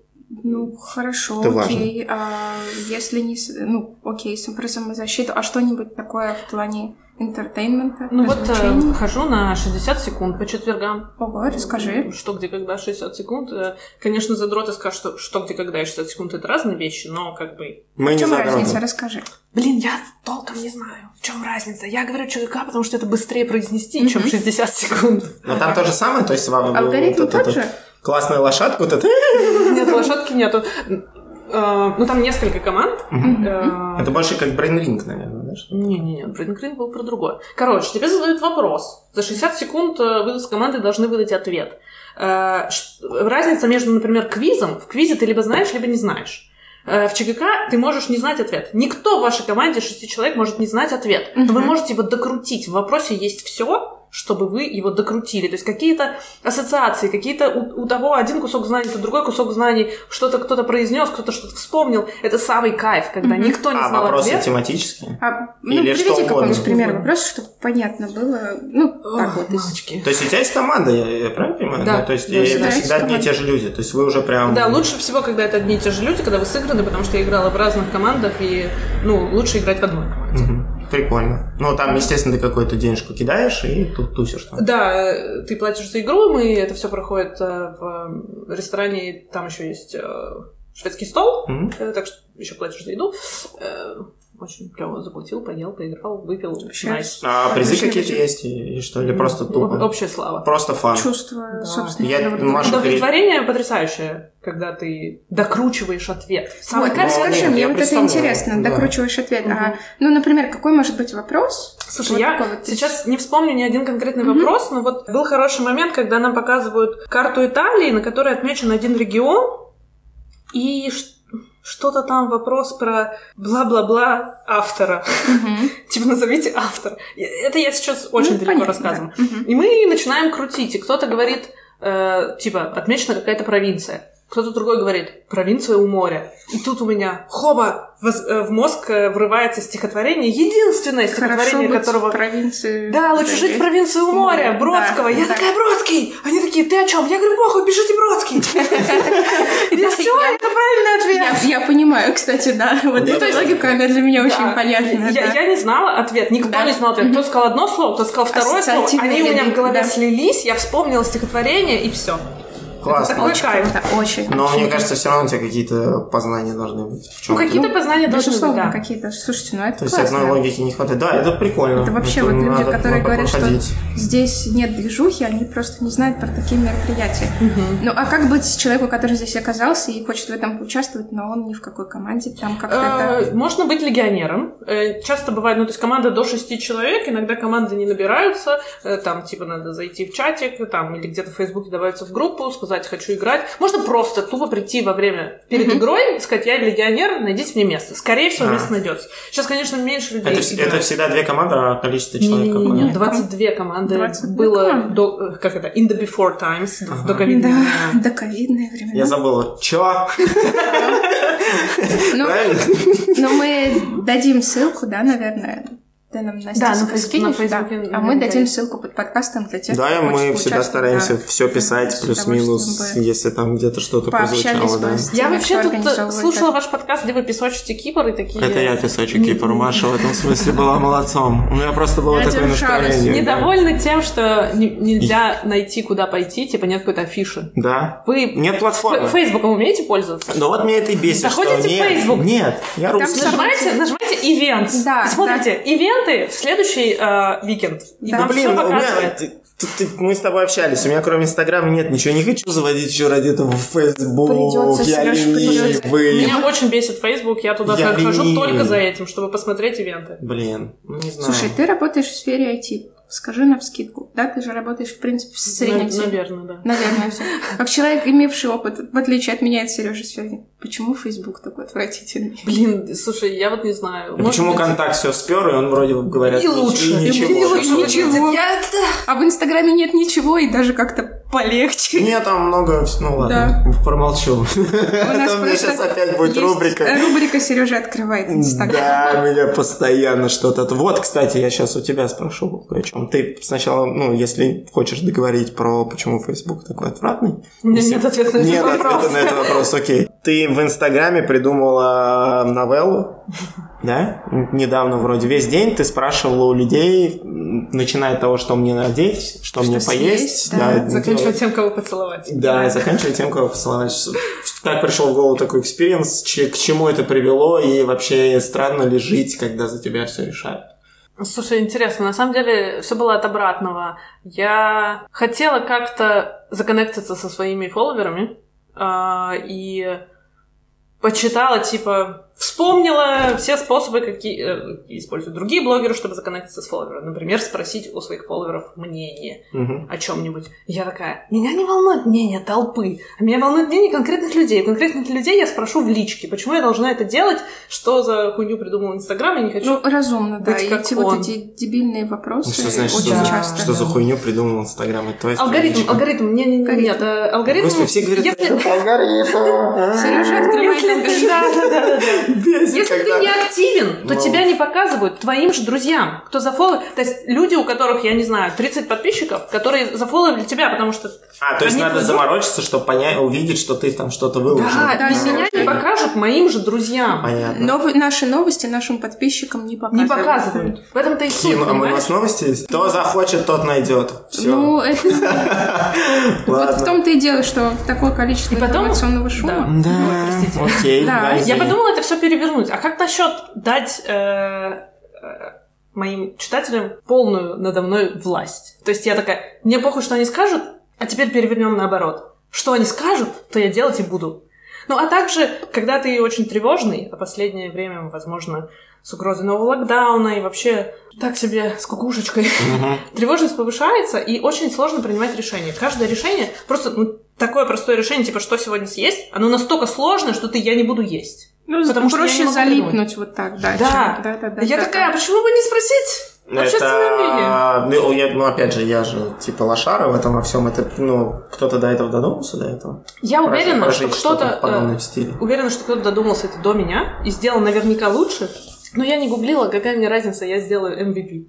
S2: Ну, хорошо,
S1: Это важно.
S2: окей. А если не... с- Ну, окей, с- про самозащиту. А что-нибудь такое в плане интертеймента?
S3: Ну вот
S2: развлечений?
S3: э, хожу на 60 секунд по четвергам. Ну,
S2: Ого, расскажи.
S3: Что, где, когда, 60 секунд. Э, Конечно, задроты скажут, что что, где, когда и 60 секунд это разные вещи, но как бы...
S1: Мы
S2: В
S1: не
S2: чем
S1: загнаны.
S2: разница? Расскажи.
S3: Блин, я толком не знаю, в чем разница. Я говорю ЧГК, потому что это быстрее произнести, чем
S2: Мгм.
S3: 60 секунд.
S1: Но там то же самое, то есть вам А, вот
S2: Алгоритм
S1: это-
S2: тот
S1: это-
S2: же?
S1: Классная лошадка, вот это...
S3: Нет, лошадки нету. Э, Ну, там несколько команд.
S2: Мгм.
S3: Э,
S1: Это больше как брейнринг, наверное, да? что ли?
S3: Не-не-не, Брейден Крин был про другое. Короче, тебе задают вопрос. За 60 секунд э, вы с командой должны выдать ответ. Э, ш- Разница между, например, квизом. В квизе ты либо знаешь, либо не знаешь. Э, В ЧГК ты можешь не знать ответ. Никто в вашей команде, шести человек, может не знать ответ. Но вы
S2: Мгм.
S3: можете его докрутить. В вопросе есть все, чтобы вы его докрутили. То есть какие-то ассоциации, какие-то у, у того один кусок знаний, у другой кусок знаний, что-то кто-то произнес, кто-то что-то вспомнил. Это самый кайф, когда
S2: Мгм.
S3: никто не
S1: А,
S3: знал
S1: вопросы
S3: ответ.
S1: тематические?
S2: А, ну,
S1: Или что
S2: приведи
S1: угодно.
S2: какой-нибудь пример вопроса, чтобы понятно было. Ну, так
S3: Ох,
S2: вот. из-
S3: мамочки.
S1: То есть у тебя есть команда, я, я правильно понимаю?
S3: Да.
S1: Ну, то есть
S3: Да,
S1: и
S3: всегда
S1: это
S2: есть
S1: всегда одни и
S2: команда.
S1: те же люди, то есть вы уже прям...
S3: Да, лучше всего, когда это одни и те же люди, когда вы сыграны, потому что я играла в разных командах, и, ну, лучше играть в одной команде.
S1: Мгм. Прикольно. Ну, там, естественно, ты какую-то денежку кидаешь и тут тусишь там.
S3: Да, э, ты платишь за игру, и это все проходит э, в э, ресторане, и там еще есть э, шведский стол,
S1: Мгм.
S3: э, так что еще платишь за еду. Э, Очень клево заплатил, поел, поиграл, выпил.
S2: Вообще
S3: Найс.
S1: А призы
S2: Обычный
S1: какие-то
S2: вечер.
S1: есть и, и что? ну, Или просто
S3: Об-
S1: тупо?
S3: Общая слава.
S1: Просто фан.
S2: Чувство
S3: Да.
S2: собственного
S1: А. Я-
S2: удовлетворения.
S1: Маша,
S3: Удовлетворение потрясающее, когда ты докручиваешь ответ. Самый
S2: Вот,
S1: кайф.
S2: расскажи,
S1: Ну, нет,
S2: мне
S1: я
S2: вот это
S1: представляю,
S2: интересно,
S1: да.
S2: докручиваешь ответ. А,
S3: Мгм.
S2: ну, например, какой может быть вопрос?
S3: Слушай,
S2: Вот
S3: я
S2: такой вот.
S3: сейчас не вспомню ни один конкретный
S2: Мгм.
S3: вопрос, но вот был хороший момент, когда нам показывают карту Италии, на которой отмечен один регион, и ш- что-то там вопрос про бла-бла-бла автора.
S2: Мгм.
S3: Типа назовите автор. И Это я сейчас очень
S2: Ну,
S3: далеко
S2: понятно,
S3: рассказываю.
S2: да. Мгм.
S3: И мы начинаем крутить, и кто-то говорит, э, типа, отмечена какая-то провинция. Кто-то другой говорит «Провинция у моря». И тут у меня, хоба, воз- э, в мозг э, врывается стихотворение, единственное
S2: Хорошо
S3: стихотворение,
S2: быть в
S3: которого...
S2: провинции.
S3: Да, лучше жить в провинции у моря,
S2: Да,
S3: Бродского. Я
S2: да.
S3: такая, Бродский! Они такие, ты о чем? Я говорю, похуй, пишите Бродский. И все,
S2: я-
S3: это правильный ответ.
S2: Я, я понимаю, кстати, да. Вот
S1: Ну,
S2: эта
S1: то есть-
S2: логика, она для меня очень
S3: Да.
S2: понятна.
S3: Я,
S2: да.
S3: я не знала ответ, никто
S2: Да.
S3: не знал ответ. Кто сказал одно слово, кто сказал второе слово.
S2: Ассоциативный
S3: Они у меня в
S2: язык,
S3: голове
S2: да.
S3: слились, я вспомнила стихотворение и все.
S1: Классно.
S3: такой
S2: Очень
S3: кайф.
S2: круто, очень.
S1: Но мне кажется, все равно у тебя какие-то познания должны быть. В
S3: Ну,
S1: чем-то.
S3: какие-то познания должны быть,
S2: Безусловно,
S3: да.
S2: какие-то. Слушайте, ну это
S1: То есть
S2: классно.
S1: одной логики не хватает. Да, это прикольно.
S2: Это вообще вот люди,
S1: надо-
S2: которые
S1: надо
S2: говорят, что
S1: походить.
S2: здесь нет движухи, они просто не знают про такие мероприятия. Ну а как быть человеку, который здесь оказался и хочет в этом поучаствовать, но он ни в какой команде, там как-то
S1: А,
S2: это...
S3: Э, Можно быть легионером. Э, Часто бывает, ну, то есть команда до шести человек, иногда команды не набираются, э, там, типа, надо зайти в чатик, там, или где-то в Фейсбуке добавиться в группу, сказать, хочу играть. Можно просто тупо прийти во время перед
S2: Мгм.
S3: игрой, сказать, я легионер, найдите мне место. Скорее всего,
S1: А.
S3: место найдется. Сейчас, конечно, меньше людей
S1: Это, вс-
S3: играет.
S1: это всегда две команды, а количество человек
S3: Не-не-не,
S1: какое?
S2: Нет,
S3: 22 команды
S2: 22
S3: было
S2: команды.
S3: до, э, как это, in the before times,
S1: Ага.
S3: до ковидных
S2: Да, до ковидные времена.
S1: Я забыла. Чё?
S2: Ну,
S1: Правильно?
S2: Но мы дадим ссылку, да, наверное. Ты нам Настя,
S3: Да, на
S2: ссылку
S3: Фейс-
S2: скинешь,
S3: на Фейсбуке
S2: да. А мы
S3: наверняка
S2: дадим
S3: есть.
S2: ссылку под подкастом для тех,
S1: Да,
S2: кто хочет
S1: мы всегда
S2: поучаствовать,
S1: стараемся
S2: да.
S1: все писать
S2: С
S1: плюс-минус,
S2: удовольствием бы
S1: если там где-то что-то
S2: пообщались
S1: прозвучало, да.
S2: бы с
S3: Я
S2: теми,
S3: вообще
S2: кто
S3: тут э,
S2: организовывает
S3: слушала
S2: это.
S3: ваш подкаст, где вы песочите Кипр и такие...
S4: Это я песочек Кипр. Маша в этом смысле была молодцом. У меня просто было
S2: Я
S4: такое
S2: держалась.
S4: настроение. да.
S3: Недовольны тем, что не- нельзя найти, куда пойти, типа нет какой-то афиши.
S1: Да.
S3: Вы
S1: Нет платформы.
S3: ф- Фейсбуком умеете пользоваться?
S1: Ну вот меня это и бесит,
S3: Заходите
S1: что
S3: в
S1: нет,
S3: Facebook.
S1: нет, я
S2: Там
S1: русский.
S2: всё-
S3: Нажимаете, нажимаете ивент.
S2: Да,
S3: Смотрите, ивенты в следующий э, викенд. И
S2: Да.
S3: вам
S1: Ну, блин,
S3: всё
S1: у меня...
S3: показывает.
S1: ты- ты- ты- мы с тобой общались, у меня кроме Инстаграма нет ничего, не хочу заводить еще ради этого в Facebook,
S2: Придётся,
S1: я
S2: Серёж, придётся.
S1: ленивый.
S3: Меня очень бесит Facebook, я туда
S1: Я
S3: хожу
S1: ленивый.
S3: только за этим, чтобы посмотреть ивенты.
S1: Блин, ну не знаю.
S2: Слушай, ты работаешь в сфере IT. Скажи нам вскидку. Да, ты же работаешь, в принципе, в
S3: Ну,
S2: среднем.
S3: Нав-
S2: сфере.
S3: Наверное, да.
S2: Наверное, все. Как человек, имевший опыт, в отличие от меня и от Сережи Сферни. Почему Facebook такой отвратительный?
S3: Блин, слушай, я вот не знаю.
S1: А
S3: Может
S1: Почему
S3: быть-
S1: контакт все спер, и он вроде бы говорят,
S3: И
S1: нич-
S3: лучше.
S1: и
S3: И
S1: ничего.
S2: лучше,
S1: особенно.
S2: ничего. А в Инстаграме нет ничего и даже как-то полегче.
S1: Мне там много... вс- Ну ладно, промолчу.
S2: У
S1: А
S2: нас
S1: то у меня
S2: просто
S1: сейчас опять будет
S2: есть,
S1: рубрика.
S2: э, Рубрика Сережа открывает Инстаграм.
S1: Да, меня постоянно что-то... от- Вот, кстати, я сейчас у тебя спрошу кое о чем. Ты сначала, ну, если хочешь договорить про почему Facebook такой отвратный,
S3: У меня нет ответа на этот
S1: Нет
S3: вопрос.
S1: ответа на этот вопрос, окей. Ты в Инстаграме придумала э, новеллу, да? Недавно вроде весь день ты спрашивала у людей, м, начиная от того, что мне надеть, что, мне
S2: съесть,
S1: поесть.
S2: да,
S1: да,
S3: Заканчивая
S1: делать-
S3: тем, кого поцеловать.
S1: Да, и заканчивая тем, кого поцеловать. Так пришел в голову такой экспириенс, че- к чему это привело, и вообще странно ли жить, когда за тебя все решают.
S3: Слушай, интересно, на самом деле все было от обратного. Я хотела как-то законнектиться со своими фолловерами а, и почитала, типа, вспомнила все способы, какие э, используют другие блогеры, чтобы законнектиться с фолловерами. Например, спросить у своих фолловеров мнение
S1: Мгм.
S3: о чем-нибудь. Я такая, меня не волнует мнение толпы, а меня волнует мнение конкретных людей. У конкретных людей я спрошу в личке, почему я должна это делать, что за хуйню придумал Инстаграм, я не хочу.
S2: Ну, разумно, да.
S3: Быть
S2: И
S3: как
S2: эти
S3: он.
S2: вот эти дебильные вопросы
S1: Ну, что значит, что,
S2: очень
S1: за-
S2: часто.
S1: что за хуйню придумал Инстаграм? Это твоя
S3: алгоритм,
S1: страничка.
S3: алгоритм, не, не, не,
S2: Алгоритм.
S3: нет, э, алгоритм.
S1: Господи, все говорят,
S3: если,
S1: «Это алгоритм. а».
S2: Сережа открывает
S3: если ты,
S2: Инстаграм.
S3: да, да, да, да, да.
S1: Бесит,
S3: Если
S1: Ну, когда-
S3: ты не активен, то
S1: Ну.
S3: тебя не показывают твоим же друзьям, кто зафоловил. То есть люди, у которых, я не знаю, 30 подписчиков, которые зафоловили тебя, потому что
S1: А, то есть
S3: Они
S1: надо
S3: пойдут-
S1: заморочиться, чтобы понять, увидеть, что ты там что-то выложил.
S3: да, Ну,
S2: да,
S3: без
S2: да,
S3: меня не
S1: да.
S3: покажут моим же друзьям.
S1: Понятно.
S2: Новы- наши новости нашим подписчикам не
S3: Не
S2: показывают.
S3: показывают. В этом-то и суть,
S1: Кин, а мы- у
S3: понимаешь?
S1: нас новости есть? Кто захочет, тот найдет. Все.
S2: Ну, это вот в
S1: Ладно.
S2: том-то и дело, что в такое количество
S3: И потом-
S2: информационного шума.
S1: Да,
S3: простите.
S1: окей.
S2: Да,
S1: да,
S3: Я
S1: извини.
S3: подумала это все перевернуть. А как насчет дать э, э, моим читателям полную надо мной власть? То есть я такая, мне похуй, что они скажут, а теперь перевернем наоборот. Что они скажут, то я делать и буду. Ну, а также, когда ты очень тревожный, а последнее время, возможно, с угрозой нового локдауна и вообще так себе с кукушечкой,
S4: Мгм.
S3: тревожность повышается, и очень сложно принимать решения. Каждое решение, просто ну, такое простое решение, типа, что сегодня съесть, оно настолько сложное, что ты «я не буду есть».
S2: Ну,
S3: Потому что я не
S2: проще
S3: могу
S2: залипнуть вот так дальше.
S3: Да.
S2: да, да, да.
S3: я
S2: да,
S3: такая,
S2: да.
S3: «А почему бы не спросить? Общественное
S1: это... Ну, я- ну, опять же, я же типа лошара в этом во всем. Это, ну, кто-то до этого додумался до этого.
S3: Я
S1: Прожи-
S3: А уверена, что
S1: прожить что-то
S3: кто-то...
S1: в
S3: э,
S1: подобном стиле.
S3: Уверена, что кто-то додумался это до меня и сделал наверняка лучше. Но я не гуглила, какая мне разница, я сделаю MVP.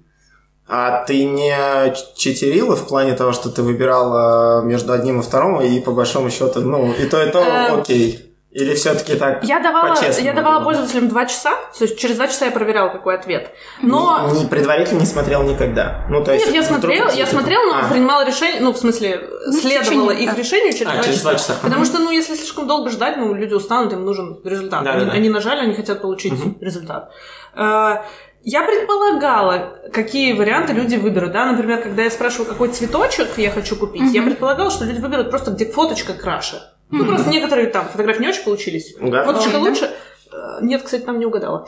S1: А ты не ч- читерила в плане того, что ты выбирала э, между одним и вторым, и по большому счету, ну, и то, и то
S3: Эм.
S1: окей. Или все-таки так
S3: Я давала,
S1: По-честному,
S3: я давала
S1: да.
S3: пользователям два часа, то есть через два часа я проверяла, какой ответ. Но
S1: не, не- предварительно не смотрел никогда. Ну, то есть,
S3: нет, я
S1: вдруг
S3: смотрела, я
S1: действительно-
S3: смотрела, но
S1: А.
S3: принимала решение, ну, в смысле,
S2: Ну, в
S3: следовала
S2: течение,
S3: их
S2: да.
S3: решению через
S4: А,
S3: два
S4: через
S3: часа.
S4: два часа.
S3: Потому что, ну, если слишком долго ждать, ну, люди устанут, им нужен результат.
S4: Да,
S3: они,
S4: да, да.
S3: они нажали, они хотят получить
S4: Мгм.
S3: результат. Э, Я предполагала, какие варианты люди выберут. Да? Например, когда я спрашивала, какой цветочек я хочу купить, я
S2: Мгм.
S3: предполагала, что люди выберут просто, где фоточка краше. Ну, просто некоторые там фотографии не очень получились.
S1: Угадала.
S3: Фоточка
S2: Да.
S3: лучше. Э, Нет, кстати, там не угадала.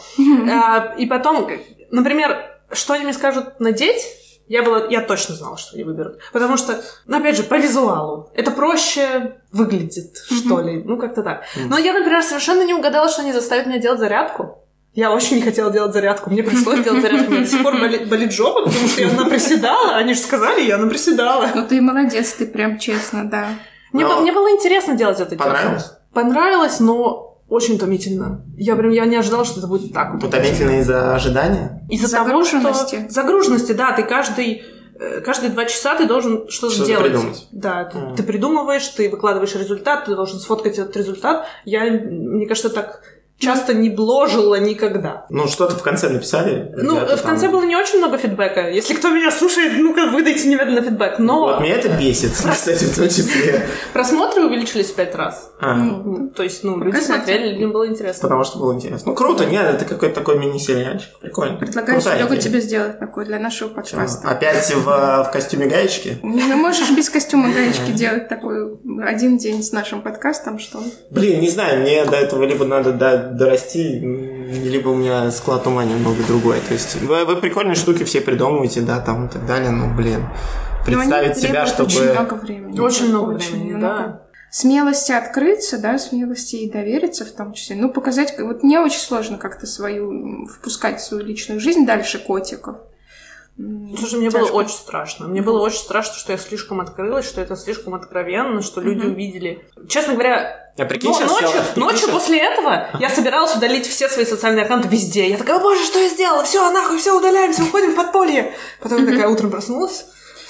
S3: А, И потом, как- например, что они мне скажут надеть, я была, я точно знала, что они выберут. Потому что, ну, опять же, по визуалу. Это проще выглядит, что ли. Ну, как-то так. Но я, например, совершенно не угадала, что они заставят меня делать зарядку. Я очень не хотела делать зарядку. Мне пришлось делать зарядку. У меня до сих пор болит, болит жопа, потому что я наприседала. Они же сказали, я наприседала.
S2: Ну ты молодец, ты прям честно, да.
S3: Мне,
S1: Но-
S3: бы- мне было интересно делать это. дело.
S1: Понравилось?
S3: Понравилось, но очень утомительно. Я прям я не ожидала, что это будет так
S1: Утомительно из-за ожидания?
S3: Из-за
S2: Загруженности.
S3: Того, что... Загруженности, да, ты каждый э, каждые два часа ты должен что-то,
S1: Что-то
S3: делать.
S1: придумать. А.
S3: Да, ты,
S4: Мгм.
S3: ты придумываешь, ты выкладываешь результат, ты должен сфоткать этот результат. Я, м, мне кажется, так часто не бложила никогда.
S1: Ну, что-то в конце написали.
S3: Ну,
S1: ребята,
S3: в конце
S1: там.
S3: было не очень много фидбэка. Если кто меня слушает, ну-ка, выдайте немедленно фидбэк. Но
S1: Вот меня это бесит, кстати, в том числе.
S3: просмотры увеличились в пять раз.
S1: А,
S3: Ну, То есть, ну, люди
S2: Показатель.
S3: смотрели, им было интересно.
S1: Потому что было интересно. Ну, круто, нет, это какой-то такой мини-сериальчик. Прикольно.
S2: Предлагаю
S1: Крутая
S2: Серегу
S1: идея.
S2: тебе сделать такой для нашего
S1: Чё,
S2: подкаста.
S1: Опять в, в костюме гаечки?
S2: Ну, можешь без костюма гаечки делать такой один день с нашим подкастом, что он-
S1: Блин, не знаю, мне до этого либо надо до- дорасти, м, либо у меня склад ума немного другой. То есть вы, вы прикольные штуки все придумываете, да, там и так далее, но, блин,
S2: Но Ну, они
S1: представить себя, чтобы...
S2: требуют Очень много времени.
S3: Очень много
S2: Очень
S3: времени,
S2: много.
S3: да.
S2: Смелости открыться, да, смелости и довериться в том числе. Ну, показать, как- вот мне очень сложно как-то свою, м, впускать в свою личную жизнь дальше котиков. М,
S3: Ну, Слушай, мне
S2: тяжко.
S3: было очень страшно. Мне было очень страшно, что я слишком открылась, что это слишком откровенно, что люди
S2: Мгм.
S3: увидели. Честно говоря,
S1: Я А прикинь,
S3: но-
S1: сейчас
S3: ночью,
S1: сел- прикинь,
S3: ночью
S1: сейчас-
S3: после этого я собиралась удалить все свои социальные аккаунты везде. Я такая, «О, боже, что я сделала? Все, нахуй, все, удаляемся, уходим в подполье. Потом я такая утром проснулась.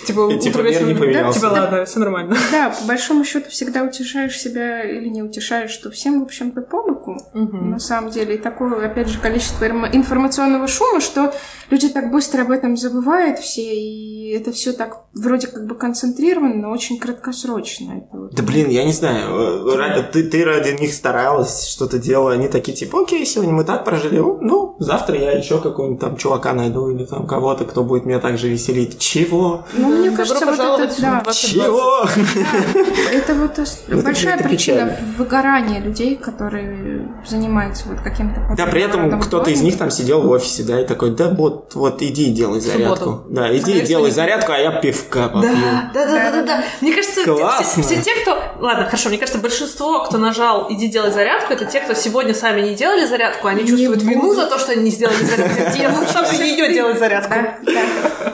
S3: Типа,
S1: И, типа,
S3: утро
S1: мир не
S3: вечером.
S1: поменялся.
S3: Типа, ладно, все нормально.
S2: Да, по большому счету всегда утешаешь себя или не утешаешь, что всем, в общем-то, по боку.
S3: Мгм.
S2: На самом деле, и такое, опять же, количество информ- информационного шума, что люди так быстро об этом забывают все, и это все так вроде как бы концентрировано, но очень краткосрочно. Это вот.
S1: Да блин, я не знаю, э, ра- ты, ты ради них старалась, что-то делала, они такие типа, окей, сегодня мы так прожили, о, ну, завтра я еще какого-нибудь там чувака найду или там кого-то, кто будет меня также веселить. Чего?
S2: Ну,
S3: Да,
S2: мне
S3: добро
S2: кажется, вот
S3: пожаловать
S2: это, да,
S3: в 2020.
S1: Чего?
S2: это вот ос-
S1: Это-
S2: большая
S1: это
S2: причина
S1: печально.
S2: выгорания людей, которые занимаются вот каким-то...
S1: Да, при этом
S2: подобным
S1: кто-то из
S2: делом.
S1: них там сидел в офисе, да, и такой, да, вот, вот иди и делай зарядку. Да, иди и
S3: Конечно,
S1: делай
S3: не-
S1: зарядку, а я пивка попью.
S3: Да, да, да, да, да, да. Мне кажется, те-
S4: Классно.
S3: Все, все те, кто... Ладно, хорошо, мне кажется, большинство, кто нажал «иди делай зарядку», это те, кто сегодня сами не делали зарядку, они
S2: Не
S3: чувствуют
S2: буду.
S3: вину за то, что они не сделали зарядку. Я заставлю ее делать зарядку.
S2: Да,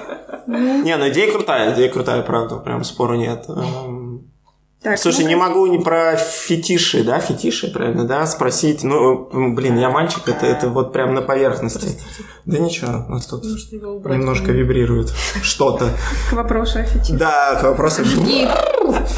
S2: да.
S1: Не, ну идея крутая, идея крутая, правда, прям спору нет. Эм,
S2: Так,
S1: Слушай,
S2: ну,
S1: не могу не про фетиши, да, фетиши, правильно, да, спросить. Ну, м, блин, я мальчик, это, это вот прям на поверхности. Да ничего, у нас тут
S3: Может, его убрать?
S1: немножко вибрирует что-то.
S2: к вопросу о фетише.
S1: Да, к вопросу.
S2: Жги.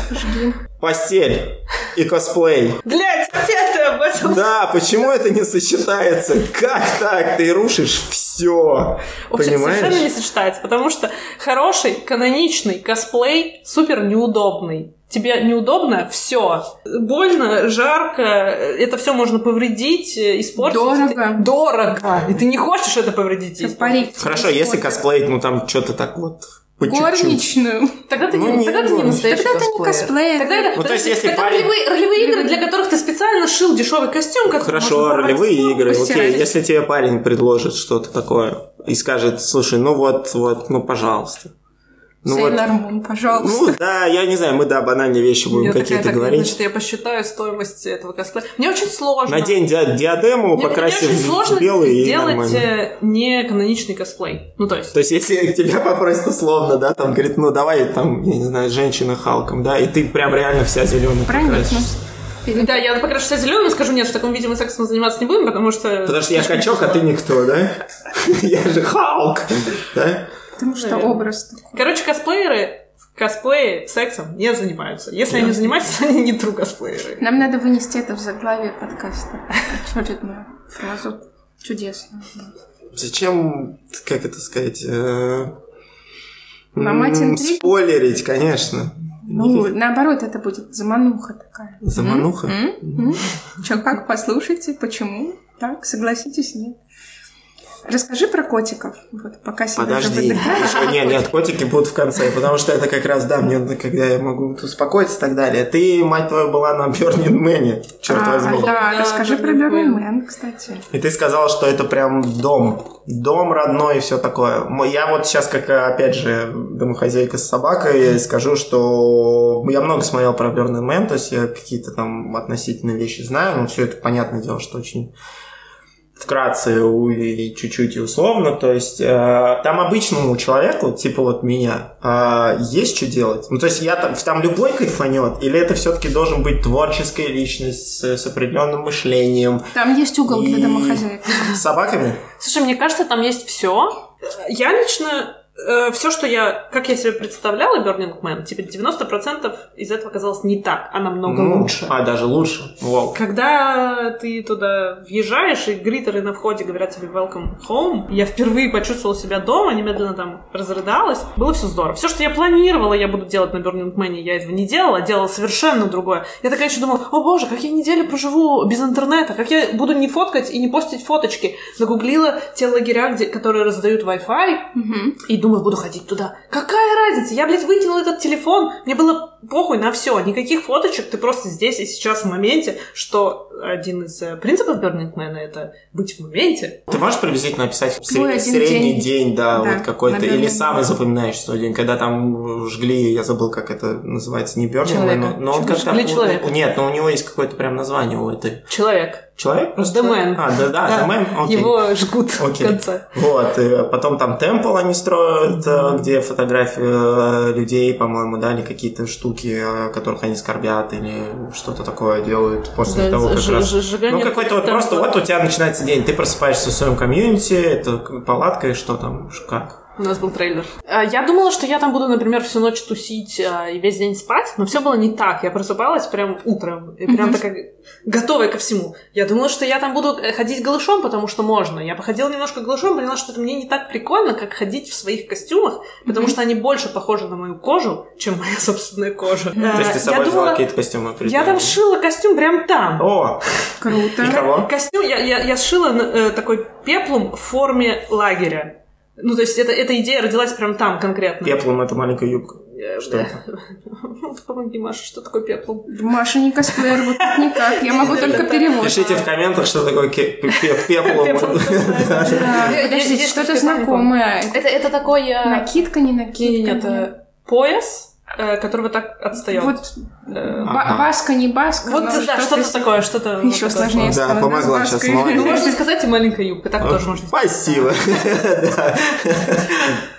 S2: Жги.
S1: Постель и косплей.
S3: Блядь, опять ты об этом.
S1: Да, почему это не сочетается? Как так? Ты рушишь все.
S3: В общем, совершенно не
S1: Понимаешь?
S3: сочетается, потому что хороший, каноничный косплей супер неудобный. Тебе неудобно все. Больно, жарко, это все можно повредить, э, испортить.
S2: Дорого.
S3: Ты- Дорого. И ты не хочешь это повредить. и
S2: Как
S3: испортить.
S2: парик.
S1: Хорошо, а если
S2: Испортит.
S1: косплеить, ну там что-то так вот по чуть-чуть.
S2: Горничную.
S3: Тогда ты,
S1: Ну,
S3: не,
S1: не,
S3: тогда ты не
S1: ну,
S3: настоящий
S2: Тогда это не
S3: косплеер.
S2: косплей.
S3: Тогда это,
S1: Ну, то есть,
S3: подожди,
S1: если
S3: это
S1: парень-
S3: ролевые, ролевые игры, для которых ты специально шил дешевый костюм, как
S1: Хорошо,
S3: можно
S1: ролевые
S3: порвать. ну,
S1: игры.
S2: постирать.
S1: Окей, если тебе парень предложит что-то такое и скажет, слушай, ну вот, вот, ну пожалуйста. Ну
S2: Сейлор
S1: вот.
S2: Мун, пожалуйста.
S1: Ну да, я не знаю, мы да, банальные вещи будем
S3: Я такая,
S1: какие-то
S3: так,
S1: говорить.
S3: Значит, я посчитаю стоимость этого косплея. Мне очень сложно.
S1: Надень ди- диадему,
S3: Мне-
S1: покраси
S3: мне очень
S1: в
S3: сложно
S1: белый и
S3: сделать
S1: нормально.
S3: э, не каноничный косплей. Ну, то есть,
S1: То есть, если тебя попросят условно, да, там говорит, ну давай, там, я не знаю, женщина Халком, да, и ты прям реально вся зеленая
S2: Проникнуть.
S3: да, я покрашу себя зеленым и скажу, нет, в таком виде мы сексом заниматься не будем, потому что...
S1: Потому что я качок, а ты никто, да? Я же Халк, да?
S2: Потому что
S3: Наверное.
S2: образ такой.
S3: Короче, косплееры в косплее сексом не занимаются. Если они занимаются, они не true косплееры.
S2: Нам надо вынести это в заглавие подкаста. Очередную фразу. Чудесную.
S1: Зачем, как это сказать, э,
S2: Ломать
S1: м,
S2: интриги?
S1: спойлерить, конечно.
S2: Ну, наоборот, это будет замануха такая.
S1: Замануха?
S2: М? М? Чё, как послушайте, почему? Так, согласитесь, нет. Расскажи про котиков. Вот, пока себе
S1: Подожди, еще- нет, нет, котики будут в конце, потому что это как раз, да, мне надо, когда я могу вот успокоиться и так далее. Ты, мать твою, была на Burning Man, черт возьми.
S2: А, да,
S3: Да,
S2: расскажи
S3: да,
S2: про
S3: да,
S2: Burning
S3: да.
S2: Man, кстати.
S1: И ты сказала, что это прям дом. Дом родной и все такое. Мо- Я вот сейчас, как, опять же, домохозяйка с собакой, скажу, что я много смотрел про Burning Man, то есть я какие-то там относительно вещи знаю, но все это, понятное дело, что очень вкратце у- и чуть-чуть и условно, то есть э, там обычному человеку, типа вот меня, э, есть что делать. Ну, то есть я там, там любой кайфанет, или это все-таки должен быть творческая личность с, с определенным мышлением,
S2: Там есть угол для
S1: И-
S2: домохозяек.
S1: с собаками?
S3: Слушай, мне кажется, там есть все. Я лично все, что я, как я себе представляла Burning Man, типа 90% из этого оказалось не так, а намного
S1: Ну,
S3: лучше.
S1: А, даже лучше. Вау.
S3: Когда ты туда въезжаешь, и гритеры на входе говорят тебе «Welcome home», я впервые почувствовала себя дома, немедленно там разрыдалась. Было все здорово. Все, что я планировала, я буду делать на Burning Man, я этого не делала, а делала совершенно другое. Я такая еще думала, о боже, как я неделю проживу без интернета, как я буду не фоткать и не постить фоточки. Нагуглила те лагеря, где, которые раздают Wi-Fi,
S2: Мгм.
S3: и думаю, буду ходить туда. Какая разница? Я, блядь, выкинула этот телефон. Мне было похуй на все. Никаких фоточек. Ты просто здесь и сейчас в моменте, что один из э, принципов Бернингмена — это быть в моменте.
S1: Ты можешь приблизительно описать
S2: Твой
S1: сре-
S2: один
S1: средний
S2: день.
S1: день, да,
S2: Да,
S1: вот какой-то,
S2: наверное,
S1: или
S2: да.
S1: самый запоминающийся день, когда там жгли, я забыл, как это называется, не Бёрни,
S3: Человека.
S1: но, но он
S3: Жгли
S1: как-то...
S3: человека.
S1: Нет, но у него есть какое-то прям название у этой.
S3: Человек.
S1: Человек просто?
S3: The Man.
S1: А, да, да,
S3: Да.
S1: The Man, окей.
S3: Его жгут
S1: Окей.
S3: в конце.
S1: Вот, и потом там темпл они строят, э, где фотографии э, людей, по-моему, да, или какие-то штуки, о которых они скорбят, или что-то такое делают после
S3: Да,
S1: того, как
S3: ж-
S1: раз...
S3: ж- сжигание
S1: Ну, какой-то вот просто,
S3: там-
S1: вот у тебя начинается день, ты просыпаешься в своем комьюнити, это к- палатка и что там, ш- как?
S3: У нас был трейлер. А, Я думала, что я там буду, например, всю ночь тусить а, и весь день спать, но все было не так. Я просыпалась прям утром, и прям
S2: Мгм.
S3: такая готовая ко всему. Я думала, что я там буду э, ходить голышом, потому что можно. Я походила немножко голышом, поняла, что это мне не так прикольно, как ходить в своих костюмах, потому
S2: Мгм.
S3: что они больше похожи на мою кожу, чем моя собственная кожа.
S1: То есть
S3: А,
S1: ты с
S3: я
S1: собой взяла
S3: думала-
S1: какие-то костюмы?
S3: Я
S1: определенные?
S3: там шила костюм прям там.
S1: О, и
S2: Круто.
S1: кого?
S3: Костюм я, я, я сшила э, такой пеплум в форме лагеря. Ну, то есть это, эта идея родилась прям там конкретно.
S1: Пеплом это маленькая юбка.
S3: Э,
S1: Что
S3: да.
S1: это?
S3: Помоги, Маша, что такое пеплум?
S2: Маша не косплеер, вот тут никак. Я могу только перевод.
S1: Пишите в комментах, что такое ке- пе- пе- пеплом.
S3: Пеплум, да.
S2: Да,
S3: Я-
S2: Подождите,
S3: я-
S2: что-то
S3: я-
S2: знакомое.
S3: Это, это такой... э,
S2: Накидка, не
S3: не- не-
S2: накидка.
S3: нет, это пояс, э, который вот так отстает.
S2: Вот
S3: Э,
S2: ба-
S1: Ага.
S2: баска, не баска.
S3: вот,
S2: но
S3: да, что-то
S2: с-
S3: такое, что-то... вот
S2: Еще
S3: такое.
S2: сложнее
S1: Да,
S2: стало,
S1: помогла
S2: с
S1: щас,
S2: маской.
S3: Ну,
S1: молодец.
S3: можно сказать и маленькая юбка,
S1: А,
S3: так тоже можно
S1: Спасибо.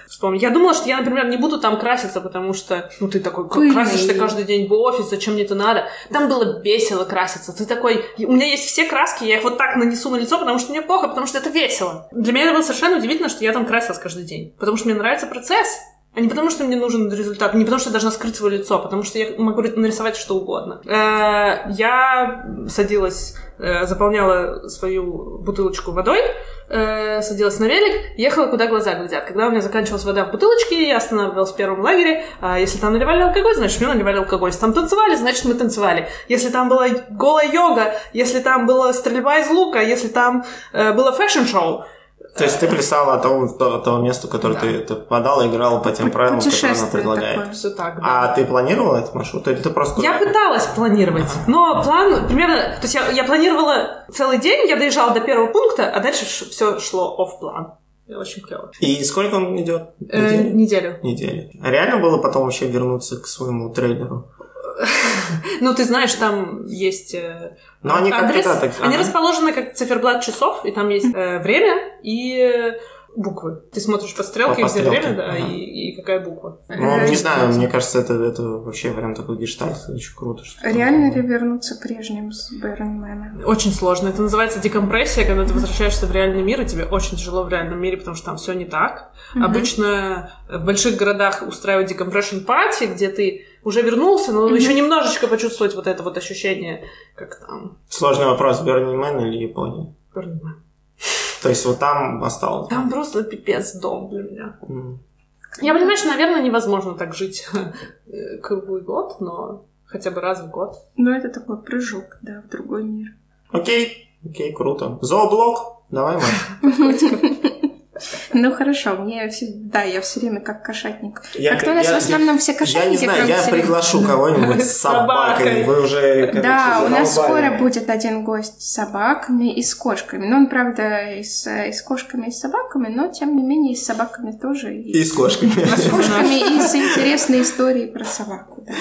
S3: вспомнить. Я думала, что я, например, не буду там краситься, потому что, ну, ты такой,
S2: Пыльный.
S3: красишься каждый день в офис, зачем мне это надо? Там было весело краситься. Ты такой, у меня есть все краски, я их вот так нанесу на лицо, потому что мне плохо, потому что это весело. Для меня это было совершенно удивительно, что я там красилась каждый день, потому что мне нравится процесс. А не потому, что мне нужен результат, не потому, что я должна скрыть свое лицо, а потому что я могу нарисовать что угодно. Э, Я садилась, э, заполняла свою бутылочку водой, э, садилась на велик, ехала, куда глаза глядят. Когда у меня заканчивалась вода в бутылочке, я останавливалась в первом лагере. А если там наливали алкоголь, значит, мне наливали алкоголь. Если там танцевали, значит, мы танцевали. Если там была голая йога, если там была стрельба из лука, если там э, было фэшн-шоу.
S1: То есть ты плясала от того, от того места, которое ты, ты попадала, играла по тем
S2: Пу-
S1: правилам, которые она
S2: путешествие
S1: предлагает.
S2: такое.
S3: Все так, да.
S1: А ты планировала этот маршрут? Или ты просто...
S3: Я пыталась планировать, но план примерно... То есть я, я планировала целый день, я доезжала до первого пункта, а дальше все шло оф план. Очень клево.
S1: И сколько он идет?
S3: Э,
S1: Неделю?
S3: неделю.
S1: Неделю. А Реально было потом вообще вернуться к своему трейлеру?
S3: Ну, ты знаешь, там есть э,
S1: Но Ну, они как
S3: адрес.
S1: так...
S3: Они
S1: ага.
S3: расположены как циферблат часов, и там есть э, время и э, буквы. Ты смотришь по стрелке,
S1: По- по
S3: где
S1: стрелке,
S3: время, да,
S1: ага.
S3: и, и какая буква.
S1: Ну,
S2: Э,
S1: не знаю, мне кажется, это, это вообще прям такой гештальт. Очень круто. что там
S2: Реально ли
S1: такое.
S2: вернуться прежним с Бернмена?
S3: Очень сложно. Это называется декомпрессия, когда ты возвращаешься в реальный мир, и тебе очень тяжело в реальном мире, потому что там все не так.
S2: Мгм.
S3: Обычно в больших городах устраивают декомпрессион пати, где ты уже вернулся, но
S2: Мгм.
S3: еще немножечко почувствовать вот это вот ощущение, как там.
S1: Сложный вопрос, Берни Мэн или Япония?
S3: Burning Man.
S1: То есть вот там осталось.
S3: Там просто пипец дом для меня.
S1: М.
S3: Я понимаю, что, наверное, невозможно так жить э, круглый год, но хотя бы раз в год.
S2: Ну, это такой прыжок, да, в другой мир.
S1: Окей, окей, круто. Зооблок, давай, Маш.
S2: Ну, хорошо, мне все... Да, я все время как кошатник.
S1: Я-
S2: а кто у нас
S1: я-
S2: в основном все
S1: Я
S2: кошатники?
S1: не знаю,
S2: кроме
S1: я
S2: Сереги?
S1: приглашу кого-нибудь с
S3: С собакой.
S1: собакой. Вы уже, короче,
S2: Да, у нас
S1: задолбали.
S2: скоро будет один гость с собаками и с кошками. Ну, он, правда, и с, и с кошками, и с собаками, но, тем не менее, и с собаками тоже.
S1: И с кошками.
S2: с кошками, и с интересной историей про собаку, да.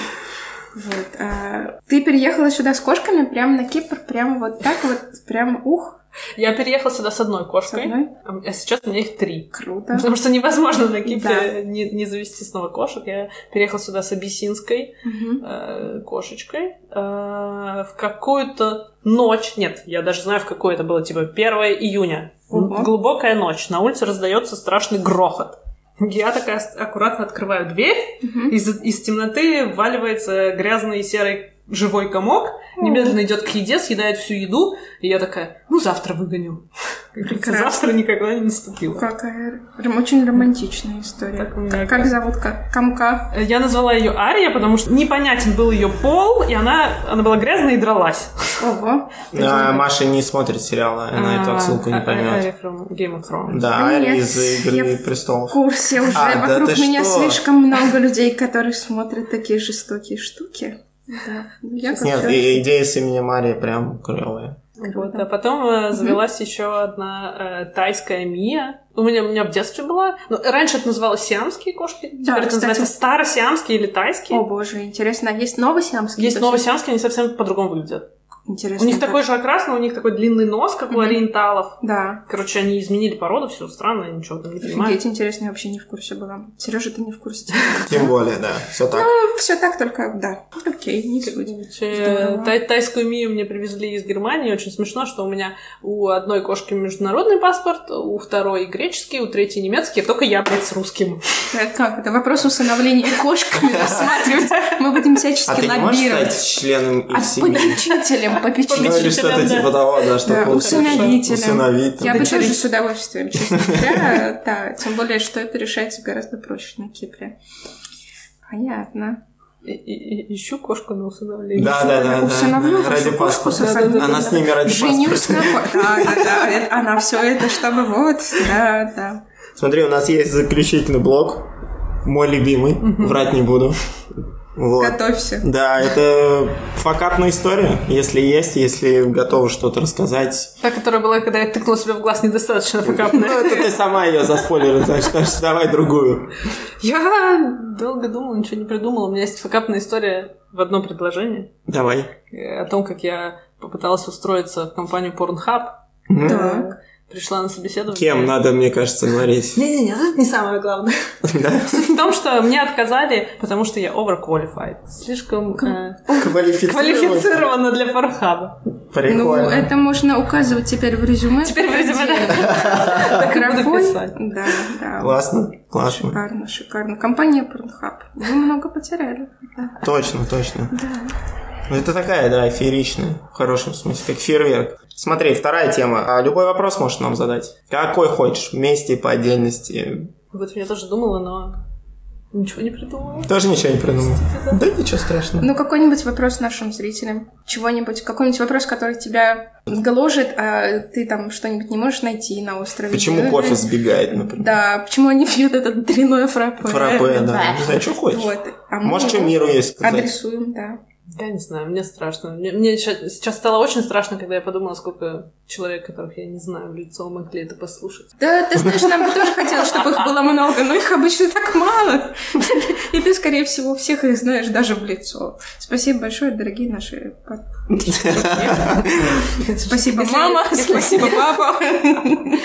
S2: Вот. а, ты переехала сюда с кошками прямо на Кипр, прям вот так вот, прям ух,
S3: Я переехала сюда с одной
S2: со
S3: кошкой,
S2: мной.
S3: а сейчас у меня их три.
S2: Круто.
S3: Потому что невозможно на
S2: Да.
S3: Кипре не, не завести снова кошек. Я переехала сюда с абиссинской
S2: Мгм.
S3: э, кошечкой. Э, в какую-то ночь, нет, я даже знаю, в какую это было, типа 1 июня.
S2: Ого.
S3: Глубокая ночь, на улице раздается страшный грохот. Я такая с- аккуратно открываю дверь,
S2: Мгм.
S3: Из, из темноты вваливается грязный серый живой комок, немедленно идет к еде, съедает всю еду, и я такая, ну завтра выгоню. Только
S2: Прекрасно.
S3: завтра никогда не наступило.
S2: Какая р- очень романтичная история.
S3: Так у меня
S2: Как, как зовут ко- комка?
S3: Я назвала ее Ария, потому что непонятен был ее пол, и она, она была грязная и дралась.
S2: Ого.
S1: А, Маша не смотрит сериалы, она эту отсылку не
S3: А,
S2: э,
S3: а-
S1: поймет.
S3: Ария from Game of Thrones.
S1: Да,
S2: Нет,
S1: Ари из
S2: я
S1: «Игры
S2: в В
S1: престолов».
S2: курсе уже.
S1: А, да
S2: Вокруг
S1: ты
S2: меня
S1: что?
S2: слишком много людей, которые смотрят такие жестокие штуки. Да. Ну, Я как
S1: Нет,
S2: раз-
S1: и- идея с именем Марии прям клевая.
S3: Вот, а потом э, завелась еще одна э, тайская Мия. У меня, у меня в детстве была. Ну, раньше это называлось сиамские кошки.
S2: Да,
S3: Теперь это
S2: кстати.
S3: называется старосиамские или тайские.
S2: О боже, интересно, а есть новый сиамский?
S3: Есть
S2: пес?
S3: новосиамские, они совсем по-другому выглядят.
S2: Интересно.
S3: У них
S2: как.
S3: такой же окрас, но у них такой длинный нос, как у
S2: Мгм.
S3: ориенталов.
S2: Да.
S3: Короче, они изменили породу, все странно, я ничего там не понимаю.
S2: Офигеть, интересно, я вообще не в курсе была. Сережа, ты не в курсе.
S1: Тем более, да, все так.
S2: Все так только, да. Окей, не суть.
S3: Короче, Э, тай- тайскую мию мне привезли из Германии. Очень смешно, что у меня у одной кошки международный паспорт, у второй греческий, у третьей немецкий, а только я, блядь, с русским.
S2: Э, Как это? Вопрос усыновления кошками рассматривать. Мы будем
S1: А
S2: всячески
S1: ты не можешь
S2: лоббировать.
S1: стать членом их
S2: А
S1: семьи?
S2: попечителем,
S1: Ну
S2: попечителем.
S1: или что-то
S3: да.
S1: типа того, да, что
S2: Да, усыновителем.
S1: Усыновить.
S2: Я бы
S3: Дочерей.
S2: тоже с удовольствием, честно говоря. Да, тем более, что это решается гораздо проще на Кипре. Понятно.
S3: И- и- и- Ищу кошку на усыновление.
S1: Да, да, да,
S2: Усыновлю
S1: да. Ради
S2: вашу кошку,
S1: паспорта.
S2: сохраню.
S1: Она с ними ради
S2: Женюсь
S1: паспорта.
S2: на... ко- Да, да, да. это- Она все это, чтобы вот, да, да.
S1: Смотри, у нас есть заключительный блок. Мой любимый. Врать не буду. Вот.
S2: Готовься.
S1: Да, это факапная история, если есть, если готовы что-то рассказать.
S3: Та, которая была, когда я тыкнула себя в глаз, недостаточно
S1: Ну,
S3: покапная.
S1: это ты сама ее заспойлерила, так что так что давай другую.
S3: Я долго думала, ничего не придумала. У меня есть факапная история в одном предложении
S1: Давай.
S3: э, о том, как я попыталась устроиться в компанию Pornhub.
S1: М?
S2: Так.
S3: Пришла на собеседование.
S1: Кем надо, мне кажется, говорить?
S3: Не-не-не, это не самое главное.
S1: Да?
S3: Суть в том, что мне отказали, потому что я overqualified. Слишком э,
S1: Квалифицирован.
S3: квалифицирована для Порнхаба.
S2: Ну,
S1: Прикольно.
S2: это можно указывать теперь в резюме.
S3: Теперь в резюме так и Типа, буду
S2: Графой.
S3: писать.
S2: Да, да.
S1: Классно, классно.
S2: Шикарно, шикарно. Компания Pornhub. Вы много потеряли. Да.
S1: Точно, точно.
S2: Да.
S1: Ну, Это такая, да, фееричная, в хорошем смысле, как фейерверк. Смотри, вторая тема. А Любой вопрос можешь нам задать. Какой хочешь, вместе, по отдельности.
S3: Вот я тоже думала, но ничего не придумала.
S1: Тоже ничего не придумал. Да ничего страшного.
S2: Ну, какой-нибудь вопрос нашим зрителям. Чего-нибудь, какой-нибудь вопрос, который тебя гложет, а ты там что-нибудь не можешь найти на острове.
S1: Почему
S2: Ну,
S1: кофе сбегает, например?
S2: Да, почему они пьют этот дряное фраппе?
S1: Фраппе, да. Не знаю, что хочешь.
S2: Вот. А мы
S1: Может, что
S2: его
S1: миру есть сказать?
S2: Адресуем, да.
S3: Я не знаю, мне страшно. Мне, мне ща- сейчас стало очень страшно, когда я подумала, сколько человек, которых я не знаю в лицо, могли это послушать.
S2: Да, ты знаешь, нам бы тоже хотелось, чтобы их было много, но их обычно так мало. И ты, скорее всего, всех их знаешь даже в лицо. Спасибо большое, дорогие наши под- Спасибо,
S3: Если-
S2: мама,
S3: если-
S2: спасибо, папа.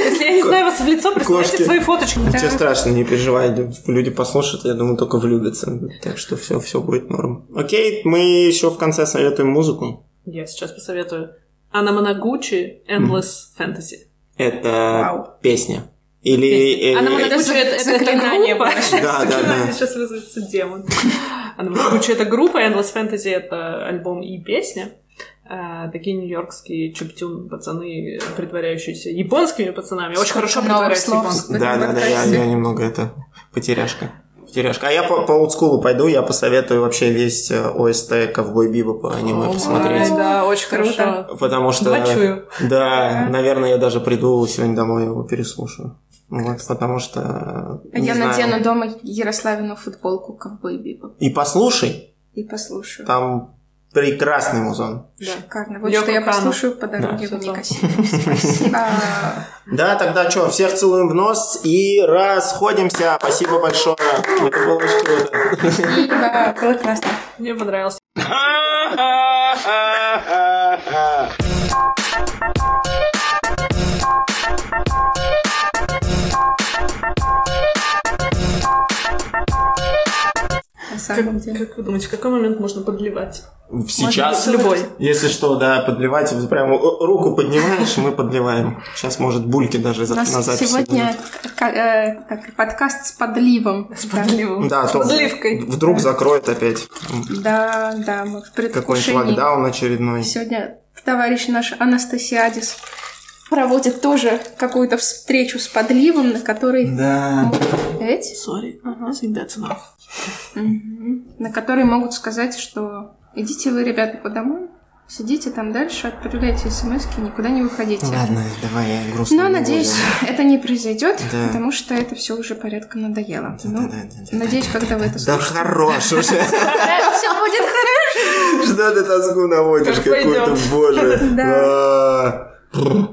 S3: Если я не знаю вас в лицо, представьте
S1: Кошки.
S3: свои фоточки.
S2: Да.
S1: Ничего страшного, не переживай. Люди послушают, я думаю, только влюбятся. Так что все, все будет норм. Окей, мы еще в конце советуем музыку.
S3: Я сейчас посоветую. Анна Манагучи «Endless Fantasy».
S1: Это
S2: Вау.
S1: песня. Или... э,
S3: Анна
S2: Монагучи-
S3: Манагучи — это, это,
S2: заклинание
S3: группа.
S2: было.
S1: Да, да, да.
S3: Сейчас вызовется демон. Анна Манагучи — это группа, Endless Fantasy — это альбом и песня. А, такие нью-йоркские чиптюн пацаны, притворяющиеся японскими пацанами. Очень
S2: Сколько
S3: хорошо
S2: новых
S3: притворяются
S2: слов.
S3: японскими.
S2: в
S1: Да,
S2: этом
S1: да, да, я,
S2: подкасте.
S1: я немного это потеряшка. Потеряшка. А я по, по олдскулу пойду, я посоветую вообще весь э, ОСТ Ковбой Бибопа по аниме
S3: О,
S1: посмотреть.
S3: ой, Да, очень
S2: Круто.
S3: хорошо.
S1: Потому что...
S3: Ночую.
S1: Да,
S2: Да.
S1: наверное, я даже приду сегодня домой его переслушаю. Вот, потому что... э, не
S2: Я
S1: знаю.
S2: надену дома Ярославину футболку ковбой Бибоп
S1: И послушай,
S2: и послушаю.
S1: там прекрасный музон.
S2: Шикарно. Вот
S3: Йоко
S2: что я
S3: Кано.
S2: послушаю по дороге
S3: Да.
S2: в Никосию. Спасибо.
S1: Да, тогда что, всех целуем в нос и расходимся. Спасибо большое. Это было очень круто.
S2: Спасибо. Было классно.
S3: Мне понравился.
S2: На самом
S3: Как,
S2: деле.
S3: как вы думаете, в какой момент можно подливать?
S1: Сейчас,
S3: Можно любой.
S1: если что, да, подливать, вот прям э, руку поднимаешь, мы подливаем. Сейчас, может, бульки даже
S2: У
S1: за, на
S2: нас
S1: записи
S2: сегодня к- э, как подкаст с подливом. С
S1: будут.
S2: подливом.
S1: Да, а то
S3: подливкой.
S1: Вдруг закроет опять м,
S2: Да, да, мы в
S1: какой-нибудь
S2: предвкушении.
S1: локдаун очередной.
S2: Сегодня товарищ наш Анастасиадис проводит тоже какую-то встречу с подливом, на которой...
S1: Да.
S2: Эти?
S3: Сори, всегда цена.
S2: Мгм. На которой могут сказать, что идите вы, ребята, по домам, сидите там дальше, отправляйте смс никуда не выходите.
S1: Ладно, давай я грустно.
S2: Но, Ну, надеюсь, это не произойдет,
S1: Да.
S2: потому что это все уже порядком надоело.
S1: Да,
S2: Ну,
S1: да, да, да,
S2: Надеюсь, когда вы это
S1: Да хорош уже.
S2: Все будет хорошо.
S1: Что ты тоску наводишь
S3: Как пойдёт.
S1: какую-то, боже.
S2: Да.
S1: А.